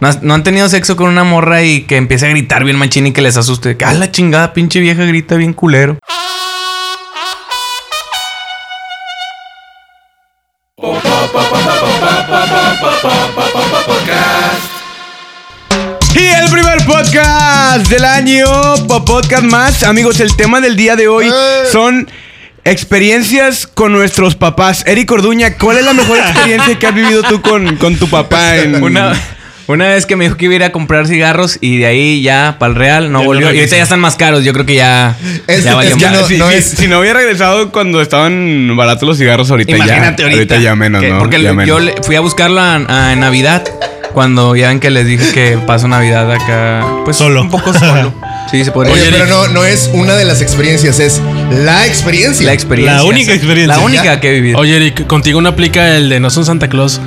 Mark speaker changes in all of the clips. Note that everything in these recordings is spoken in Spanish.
Speaker 1: ¿No, has- no han tenido sexo con una morra y que empiece a gritar bien machín y que les asuste? Que, ¡Ah, la chingada, pinche vieja grita bien culero!
Speaker 2: Y el primer podcast del año, po- podcast más. Amigos, el tema del día de hoy
Speaker 3: Eh.
Speaker 2: son experiencias con nuestros papás. Eric Orduña, ¿cuál es la mejor experiencia que has vivido tú con, con tu papá? En...
Speaker 1: Una, una vez que me dijo que iba a ir a comprar cigarros y de ahí ya para el real no
Speaker 4: Ya no
Speaker 1: volvió. y ahorita
Speaker 4: regresó.
Speaker 1: ya están más caros. Yo creo que ya,
Speaker 3: Es-
Speaker 1: ya
Speaker 3: es
Speaker 1: valió
Speaker 3: que
Speaker 1: madre.
Speaker 3: no-
Speaker 2: si, si-
Speaker 3: es-
Speaker 2: si no hubiera regresado cuando estaban baratos los cigarros, ahorita
Speaker 1: Imagínate
Speaker 2: ya.
Speaker 1: ahorita.
Speaker 2: ya menos,
Speaker 1: que-
Speaker 2: ¿no?
Speaker 1: Porque
Speaker 2: Ya menos.
Speaker 1: yo le- fui a buscarla a- a- en Navidad. Cuando ya ven que les dije que paso Navidad acá. Pues
Speaker 4: Solo.
Speaker 1: un poco solo. Sí, se podría
Speaker 3: Oye,
Speaker 1: decir.
Speaker 3: pero no, no es una de las experiencias, es la experiencia.
Speaker 1: La experiencia.
Speaker 4: La única
Speaker 1: sí.
Speaker 4: experiencia.
Speaker 1: La única que he vivido.
Speaker 5: Oye, Eric, contigo no aplica el de no son Santa Claus,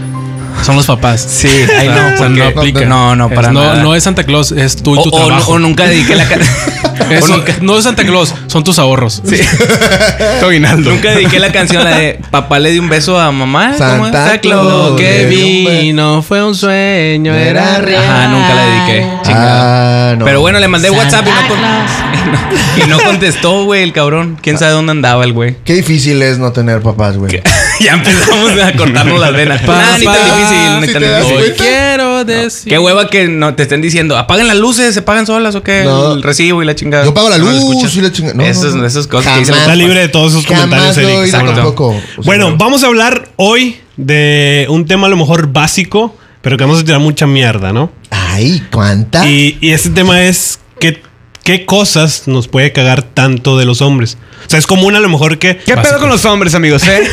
Speaker 5: son los papás.
Speaker 1: Sí, ay, no,
Speaker 5: O sea, no
Speaker 1: porque-
Speaker 5: aplica.
Speaker 1: No, no, para
Speaker 5: Es- no,
Speaker 1: nada.
Speaker 5: No es Santa Claus, es tú y
Speaker 1: o,
Speaker 5: tu
Speaker 1: o no-
Speaker 5: trabajo.
Speaker 1: o nunca dediqué la canción.
Speaker 5: Eso- No es Santa Claus, son tus ahorros.
Speaker 2: Tu aguinaldo.
Speaker 1: Nunca dediqué la canción, la de Papá le di un beso a mamá. ¿Cómo es?
Speaker 3: Santa Claus
Speaker 1: que
Speaker 3: le dio un beso.
Speaker 1: vi.
Speaker 5: no fue un sueño,
Speaker 3: era real.
Speaker 1: Ajá, nunca la dediqué. Chingada.
Speaker 3: Ah, no.
Speaker 1: Pero bueno, le mandé WhatsApp y no, con- y no contestó, güey, el cabrón. ¿Quién sabe dónde andaba el güey?
Speaker 3: Qué difícil es no tener papás, güey.
Speaker 1: ya empezamos a cortarnos las venas.
Speaker 5: Papá,
Speaker 1: Nada, ni tan difícil, ni
Speaker 3: si
Speaker 1: tan
Speaker 3: te das
Speaker 1: difícil.
Speaker 3: cuenta.
Speaker 5: Quiero decir.
Speaker 1: Qué hueva que no te estén diciendo, apaguen las luces, se pagan solas o qué,
Speaker 3: No.
Speaker 1: el recibo y la chingada.
Speaker 3: Yo pago la
Speaker 1: No lo
Speaker 3: luz
Speaker 1: escuchas.
Speaker 3: y la chinga- no,
Speaker 1: Esas-
Speaker 3: no, no.
Speaker 1: esas cosas que dicen los
Speaker 3: Jamás.
Speaker 4: Está libre de todos esos
Speaker 3: Jamás
Speaker 4: comentarios,
Speaker 3: lo
Speaker 4: Eric.
Speaker 3: he oído
Speaker 1: Exacto.
Speaker 3: tampoco. O sea,
Speaker 4: Bueno, vamos a hablar hoy de un tema a lo mejor básico, pero que vamos a tirar mucha mierda, ¿no?
Speaker 3: Ay, ¿cuánta?
Speaker 4: Y, y este tema es qué, qué cosas nos puede cagar tanto de los hombres. O sea, es común a lo mejor que...
Speaker 2: ¿Qué pedo con los hombres, amigos, eh?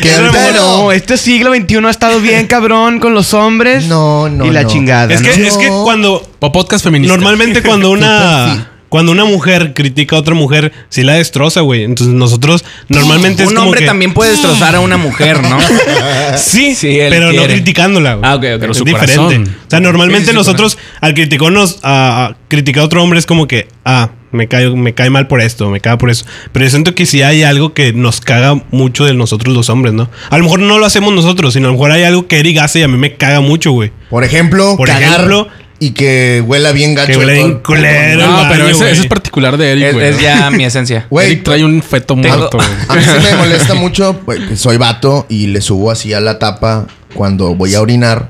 Speaker 3: Que
Speaker 2: Pero
Speaker 3: ahorita no.
Speaker 2: este siglo XXI ha estado bien cabrón con los hombres.
Speaker 3: No, no,
Speaker 2: Y la
Speaker 3: no.
Speaker 2: chingada.
Speaker 4: Es que,
Speaker 3: ¿no?
Speaker 4: es que
Speaker 3: No.
Speaker 4: cuando...
Speaker 5: O podcast feminista.
Speaker 4: Normalmente cuando
Speaker 3: Sí.
Speaker 4: una... Cuando una mujer critica a otra mujer, sí la destroza, güey. Entonces nosotros normalmente es
Speaker 1: Un
Speaker 4: como
Speaker 1: hombre
Speaker 4: que-
Speaker 1: también puede destrozar a una mujer, ¿no?
Speaker 4: Sí,
Speaker 1: Sí, él
Speaker 4: pero no
Speaker 1: quiere.
Speaker 4: criticándola. güey.
Speaker 1: Ah, ok, ok. Pero
Speaker 5: su
Speaker 4: es diferente.
Speaker 5: corazón.
Speaker 4: O sea, normalmente
Speaker 1: Sí, sí, sí,
Speaker 4: nosotros al criticarnos, a, a criticar a otro hombre es como que, ah, me cae, me cae mal por esto, me cae por eso. Pero yo siento que sí hay algo que nos caga mucho de nosotros los hombres, ¿no? A lo mejor no lo hacemos nosotros, sino a lo mejor hay algo que Eric hace y a mí me caga mucho, güey.
Speaker 3: Por ejemplo,
Speaker 4: Por
Speaker 3: cagar
Speaker 4: ejemplo,
Speaker 3: y que huela bien gacho.
Speaker 4: que huele
Speaker 3: de todo
Speaker 4: bien
Speaker 3: el puto
Speaker 4: culero.
Speaker 3: mundo.
Speaker 4: el
Speaker 5: No, pero
Speaker 4: baño,
Speaker 5: ese,
Speaker 4: güey.
Speaker 5: ese es particular de Eric,
Speaker 1: es,
Speaker 5: güey.
Speaker 1: es ya mi esencia.
Speaker 3: Güey,
Speaker 5: Eric trae un feto muerto, güey.
Speaker 3: A mí se me molesta mucho, pues, que soy vato y le subo así a la tapa cuando voy a orinar.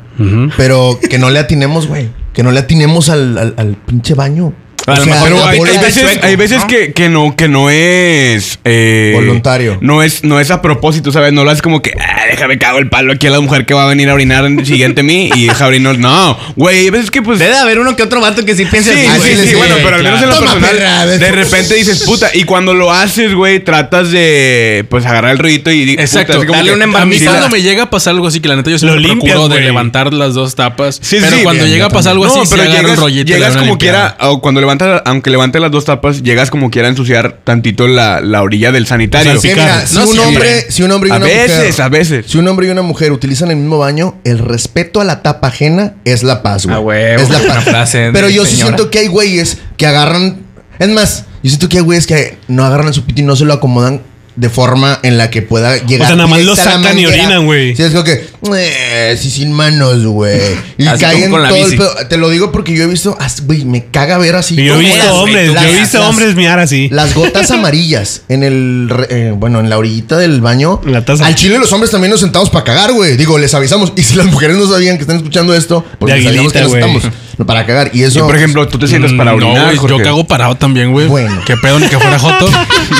Speaker 3: Pero que no le atinemos, güey. Que no le atinemos al, al- al pinche baño.
Speaker 1: A lo mejor
Speaker 2: Pero
Speaker 1: Pero
Speaker 2: hay,
Speaker 1: ahorita
Speaker 2: hay
Speaker 1: está
Speaker 2: veces,
Speaker 1: chueco,
Speaker 2: hay veces
Speaker 1: ¿no?
Speaker 2: que, que no, que no es eh,
Speaker 3: Voluntario.
Speaker 2: No es, no es a propósito, ¿sabes? No lo haces como que ah, déjame cago el palo aquí a la mujer que va a venir a orinar en- siguiente a mí y deja orinar. No, güey, hay veces que pues.
Speaker 1: Debe de haber uno que otro vato que sí piense
Speaker 2: Sí,
Speaker 1: así, güey.
Speaker 2: sí, sí,
Speaker 3: sí,
Speaker 2: sí,
Speaker 3: sí,
Speaker 2: bueno, pero al menos en lo
Speaker 3: claro. Toma,
Speaker 2: personal,
Speaker 3: perra, de-
Speaker 2: de repente dices puta, y cuando lo haces, güey, tratas de pues agarrar el ruidito y di- puta,
Speaker 5: Exacto,
Speaker 2: así como
Speaker 1: dale
Speaker 2: que-
Speaker 1: una
Speaker 5: A mí
Speaker 1: Sí,
Speaker 5: cuando
Speaker 1: la-
Speaker 5: me llega a pasar algo así, que la neta yo siempre
Speaker 4: Lo
Speaker 5: procuro
Speaker 4: limpias,
Speaker 5: de
Speaker 4: güey.
Speaker 5: levantar las dos tapas.
Speaker 2: Sí,
Speaker 5: pero
Speaker 2: sí,
Speaker 5: cuando
Speaker 2: bien,
Speaker 5: llega a
Speaker 3: yo
Speaker 5: pasar algo así,
Speaker 2: no,
Speaker 5: sí
Speaker 2: pero
Speaker 5: agarro
Speaker 2: llegas,
Speaker 5: un rollito y le
Speaker 2: llegas
Speaker 5: doy una
Speaker 2: como
Speaker 5: limpiada.
Speaker 2: quiera, o cuando levantas, aunque levantes las dos tapas, llegas como quiera a ensuciar tantito la, la orilla del sanitario.
Speaker 4: O
Speaker 3: Que
Speaker 4: sea,
Speaker 3: Eh, mira,
Speaker 4: Picar.
Speaker 3: si,
Speaker 5: No
Speaker 3: un
Speaker 5: siempre.
Speaker 3: hombre, si un hombre y
Speaker 2: a
Speaker 3: una
Speaker 2: veces,
Speaker 3: mujer.
Speaker 2: a veces.
Speaker 3: Si un hombre y una mujer utilizan el mismo baño, el respeto a la tapa ajena es la paz, güey.
Speaker 1: Ah, huevo,
Speaker 3: es la
Speaker 1: una
Speaker 3: paz.
Speaker 1: frase de
Speaker 3: Pero yo sí
Speaker 1: señora.
Speaker 3: siento que hay güeyes que agarran. Es más, yo siento que hay güeyes que no agarran su pito y no se lo acomodan de forma en la que pueda llegar.
Speaker 4: O sea, nada más lo
Speaker 3: directa a la
Speaker 4: sacan y
Speaker 3: manguera.
Speaker 4: orinan, güey.
Speaker 3: Sí, es como que. "Eh, sí, sin manos, güey. Y
Speaker 1: Así como
Speaker 3: caen
Speaker 1: con la
Speaker 3: todo el
Speaker 1: bici.
Speaker 3: pedo. Te lo digo porque yo he visto. as- Güey, me caga ver así.
Speaker 4: Y yo
Speaker 3: como
Speaker 4: he
Speaker 3: las-
Speaker 4: visto hombres,
Speaker 3: las-
Speaker 4: yo he visto
Speaker 3: las-
Speaker 4: hombres miar así.
Speaker 3: las gotas amarillas en el. re- eh, bueno, en la orillita del baño.
Speaker 4: En la taza.
Speaker 3: Al chile, los hombres también nos sentamos para cagar, güey. Digo, les avisamos. Y si las mujeres no sabían que están escuchando esto, pues
Speaker 4: De
Speaker 3: les avisamos que nos
Speaker 4: aguilita, güey.
Speaker 3: sentamos no, para cagar. Y eso.
Speaker 2: Por ejemplo, tú te sientas para
Speaker 5: Mm, no,
Speaker 2: orinar,
Speaker 5: güey,
Speaker 2: Jorge.
Speaker 5: yo cago parado también, güey.
Speaker 3: Bueno.
Speaker 5: Qué pedo, ni que fuera Joto.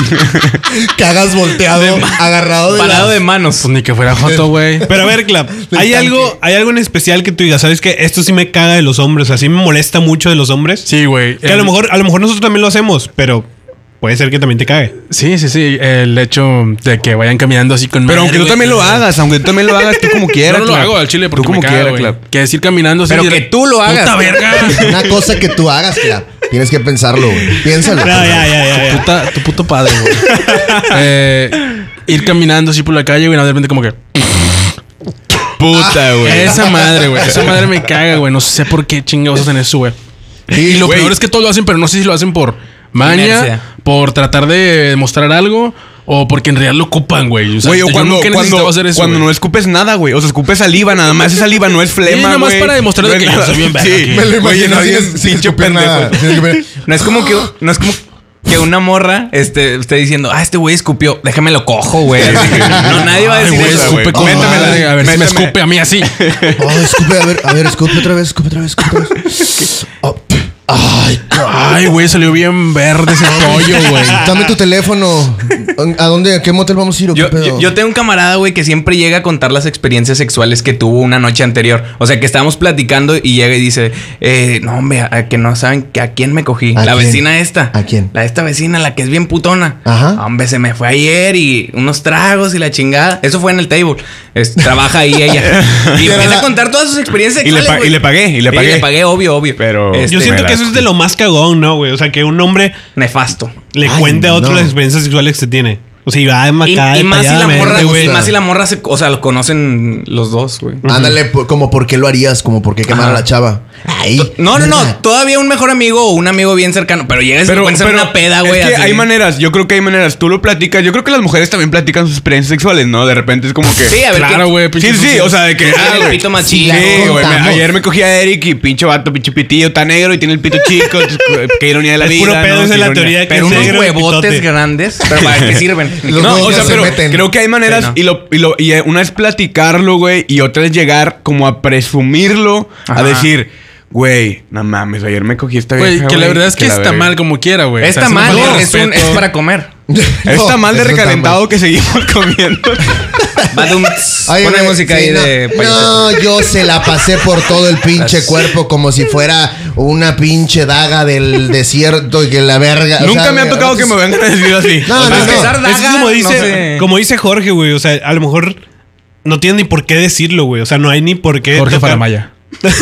Speaker 5: Pues
Speaker 3: cagas volteado, agarrado de.
Speaker 1: Parado
Speaker 3: las-
Speaker 1: de manos.
Speaker 5: pues ni que fuera Joto, güey.
Speaker 4: Pero a ver, Clap, ¿hay
Speaker 3: tanque.
Speaker 4: algo, ¿hay algo en especial que tú digas? ¿Sabes que Esto sí me caga de los hombres, así me molesta mucho de los hombres.
Speaker 5: Sí, güey.
Speaker 4: Que a lo
Speaker 5: El-
Speaker 4: mejor, a lo mejor nosotros también lo hacemos, pero puede ser que también te cague.
Speaker 5: Sí, sí, sí. El hecho de que vayan caminando así con.
Speaker 2: Pero aunque tú
Speaker 5: tú
Speaker 2: también lo hagas, aunque tú también lo hagas, tú como
Speaker 5: Yo
Speaker 2: quieras.
Speaker 5: no lo
Speaker 2: Clap.
Speaker 5: hago al chile porque
Speaker 2: tú como
Speaker 5: me caga,
Speaker 2: quieras,
Speaker 5: güey.
Speaker 2: Clap.
Speaker 5: Que decir caminando así
Speaker 1: Pero
Speaker 5: direct-
Speaker 1: que tú lo hagas.
Speaker 5: Puta verga.
Speaker 3: Una cosa que tú hagas, claro. Tienes que pensarlo, güey. Piénsalo.
Speaker 4: No, ya, ya, ya, ya.
Speaker 5: Puta- tu puto padre, güey. Eh, ir caminando así por la calle, güey, y de repente como que.
Speaker 2: Puta, güey.
Speaker 5: Esa madre, güey. Esa madre me caga, güey. No sé por qué chingados hacen eso, güey. Y lo
Speaker 2: güey.
Speaker 5: peor es que todos lo hacen, pero no sé si lo hacen por maña,
Speaker 1: Inercia.
Speaker 5: por tratar de mostrar algo. O porque en realidad lo ocupan, güey. O sea,
Speaker 2: Güey, o
Speaker 5: yo
Speaker 2: cuando,
Speaker 5: nunca necesitaba
Speaker 2: cuando,
Speaker 5: hacer eso,
Speaker 2: cuando
Speaker 5: güey.
Speaker 2: no escupes nada, güey. O sea, escupes saliva, nada más es saliva, no es flema.
Speaker 5: Y nada más
Speaker 2: güey.
Speaker 5: para demostrar
Speaker 2: No
Speaker 5: de
Speaker 2: es
Speaker 5: que yo
Speaker 2: nada.
Speaker 5: soy bien verga
Speaker 2: Sí,
Speaker 5: aquí.
Speaker 3: Me
Speaker 2: güey,
Speaker 3: lo imagino
Speaker 2: no
Speaker 3: así,
Speaker 2: es-
Speaker 3: sin
Speaker 2: pinche
Speaker 3: escupir nada.
Speaker 2: pendejo.
Speaker 3: Sin escupir-
Speaker 1: No es como que, no es como que una morra este, esté diciendo, ah, este güey escupió, déjame lo cojo, güey. Así que, No, nadie va a
Speaker 5: Ay,
Speaker 1: decir
Speaker 5: güey,
Speaker 1: eso, güey.
Speaker 5: escupe con
Speaker 2: Métemela,
Speaker 5: madre, A ver si me
Speaker 2: méteme.
Speaker 5: escupe a mí así.
Speaker 3: Oh, escupe, a ver, a ver, escupe otra vez, escupe otra vez, escupe otra vez. Oh, ay, cabrón.
Speaker 5: Ay, güey, salió bien verde ese pollo, güey.
Speaker 3: Dame tu teléfono. ¿A dónde, a qué motel vamos a ir o qué
Speaker 1: Yo,
Speaker 3: pedo?
Speaker 1: yo- yo tengo un camarada, güey, que siempre llega a contar las experiencias sexuales que tuvo una noche anterior. O sea, que estábamos platicando y llega y dice, eh, no, hombre, a, a que no saben que a quién me cogí.
Speaker 3: ¿A
Speaker 1: la
Speaker 3: quién?
Speaker 1: vecina esta.
Speaker 3: ¿A quién?
Speaker 1: La esta vecina, la que es bien putona. Ah,
Speaker 3: Ajá.
Speaker 1: Hombre, se me fue ayer y unos tragos y la chingada. Eso fue en el table. Es- trabaja ahí ella. y
Speaker 3: Pero
Speaker 1: empieza
Speaker 3: la-
Speaker 1: a contar todas sus experiencias
Speaker 2: Y le
Speaker 1: sexuales,
Speaker 2: pa-
Speaker 1: güey.
Speaker 2: y le pagué, y le
Speaker 1: Sí,
Speaker 2: pagué.
Speaker 1: le pagué, obvio, obvio.
Speaker 2: Pero-
Speaker 1: Este,
Speaker 2: Yo
Speaker 4: Yo siento
Speaker 2: me
Speaker 4: que
Speaker 2: la
Speaker 4: eso es de lo más cagón, ¿no, güey? O sea, que un hombre
Speaker 1: Nefasto.
Speaker 4: le
Speaker 3: Ay,
Speaker 4: cuente a otro
Speaker 3: no.
Speaker 4: las experiencias sexuales que se tiene. O sea, y va a
Speaker 1: Y,
Speaker 4: macar
Speaker 1: y más si la
Speaker 4: detalladamente,
Speaker 1: morra,
Speaker 4: güey.
Speaker 1: y más si la morra se, o sea, lo conocen los dos, güey.
Speaker 3: Ándale, po- como por qué lo harías, como por qué quemar a la chava. Ahí.
Speaker 1: No, no, no.
Speaker 3: Mira.
Speaker 1: Todavía un mejor amigo o un amigo bien cercano. Pero llegas y
Speaker 2: Pero,
Speaker 1: encuentras
Speaker 2: pero
Speaker 1: una peda, güey.
Speaker 2: Es que
Speaker 1: así.
Speaker 2: hay maneras, yo creo que hay maneras. Tú lo platicas, yo creo que las mujeres también platican sus experiencias sexuales, ¿no? De repente es como que.
Speaker 1: Sí, a ver.
Speaker 5: Claro,
Speaker 1: ¿quién-
Speaker 5: güey.
Speaker 2: Sí,
Speaker 5: pinche
Speaker 2: sí,
Speaker 5: sucio.
Speaker 2: o sea, de que.
Speaker 1: quién
Speaker 2: ah,
Speaker 1: tiene el
Speaker 2: güey.
Speaker 1: pito más
Speaker 3: Sí,
Speaker 1: chido?
Speaker 2: Sí, güey. me-
Speaker 3: contamos.
Speaker 2: Ayer me cogí a Eric y pinche vato, pinche pitillo, tan negro y tiene el pito chico. entonces, qué ironía de la
Speaker 4: El
Speaker 2: vida.
Speaker 4: puro pedo,
Speaker 2: ¿no?
Speaker 4: esa es
Speaker 2: Qué
Speaker 4: la
Speaker 2: ironía.
Speaker 4: teoría que
Speaker 1: Pero
Speaker 4: Sí,
Speaker 1: unos
Speaker 4: creo que
Speaker 1: huevotes
Speaker 4: pitote.
Speaker 1: grandes. Pero ¿para qué sirven?
Speaker 3: Los
Speaker 2: No, o
Speaker 3: dueños
Speaker 2: sea,
Speaker 3: se
Speaker 2: pero
Speaker 3: meten.
Speaker 2: creo que hay maneras
Speaker 1: Sí, no.
Speaker 2: y lo, y lo, y eh, una es platicarlo, güey, y otra es llegar como a presumirlo, a
Speaker 1: Ajá.
Speaker 2: decir, güey, no mames, ayer me cogí esta vieja,
Speaker 5: Güey, que la
Speaker 2: güey,
Speaker 5: verdad es que
Speaker 2: la
Speaker 5: está
Speaker 2: verga".
Speaker 5: mal como quiera, güey. O sea,
Speaker 1: Está
Speaker 5: es una
Speaker 1: mal.
Speaker 5: falta de
Speaker 1: Es, un- es
Speaker 5: respeto.
Speaker 1: para comer.
Speaker 3: No,
Speaker 2: Está mal de
Speaker 3: eso está
Speaker 2: recalentado
Speaker 3: mal.
Speaker 2: que seguimos comiendo.
Speaker 1: Va de un...
Speaker 3: Ay,
Speaker 1: Pone
Speaker 3: güey,
Speaker 1: música
Speaker 3: sí,
Speaker 1: ahí
Speaker 3: no,
Speaker 1: de... payasito.
Speaker 3: No, yo se la pasé por todo el pinche cuerpo como si fuera una pinche daga del desierto y que la verga. o
Speaker 2: Nunca
Speaker 3: sea,
Speaker 2: me ha tocado que me vengan a decir así.
Speaker 3: No,
Speaker 2: O
Speaker 1: Para
Speaker 2: sea,
Speaker 3: no, no.
Speaker 1: empezar,
Speaker 4: Es que
Speaker 1: daga,
Speaker 4: como dice,
Speaker 1: no sé.
Speaker 4: como dice Jorge, güey. O sea, a lo mejor no tiene ni por qué decirlo, güey. O sea, no hay ni por qué.
Speaker 5: Jorge
Speaker 4: tocar-
Speaker 5: Faramaya.
Speaker 1: Para-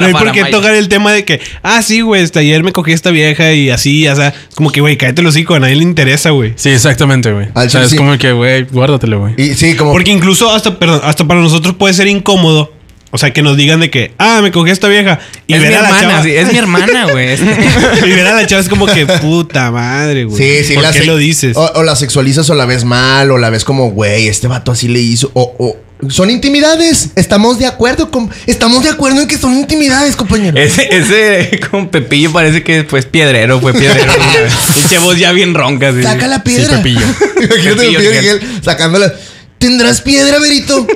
Speaker 4: no hay
Speaker 1: para
Speaker 4: por qué
Speaker 1: Maya.
Speaker 4: tocar el tema de que, ah, sí, güey, este, ayer me cogí esta vieja y así, o sea, es como que, güey, cállate los hocico, a nadie le interesa, güey.
Speaker 5: Sí, exactamente, güey.
Speaker 3: Al
Speaker 5: O sea,
Speaker 3: chile
Speaker 5: es
Speaker 3: sí.
Speaker 5: como que, güey, guárdatelo, güey.
Speaker 3: Y sí, como.
Speaker 4: Porque incluso hasta, perdón, hasta para nosotros puede ser incómodo. O sea, que nos digan de que, ah, me cogí a esta vieja y
Speaker 1: Es
Speaker 4: ver
Speaker 1: mi
Speaker 4: a la
Speaker 1: hermana,
Speaker 4: chava.
Speaker 1: sí, es mi hermana, güey. Es-
Speaker 4: y ver a la chava es como que, puta madre, güey.
Speaker 3: Sí, sí,
Speaker 4: Pues, ¿Por
Speaker 3: la Oh,
Speaker 4: qué
Speaker 3: se-
Speaker 4: lo dices?
Speaker 3: O, o la sexualizas o la ves mal, o la ves como, güey, este vato así le hizo. O, o- son intimidades. Estamos de acuerdo con. Estamos de acuerdo en que son intimidades, compañero.
Speaker 1: Ese, ese con Pepillo parece que fue piedrero, fue piedrero. Pinche voz ya bien ronca. sí, sí.
Speaker 3: Saca la piedra.
Speaker 5: Pepillo.
Speaker 3: Imagínate
Speaker 1: Pepillo,
Speaker 3: Miguel
Speaker 1: Miguel.
Speaker 3: Ángel sacándola. ¿Tendrás piedra, Berito?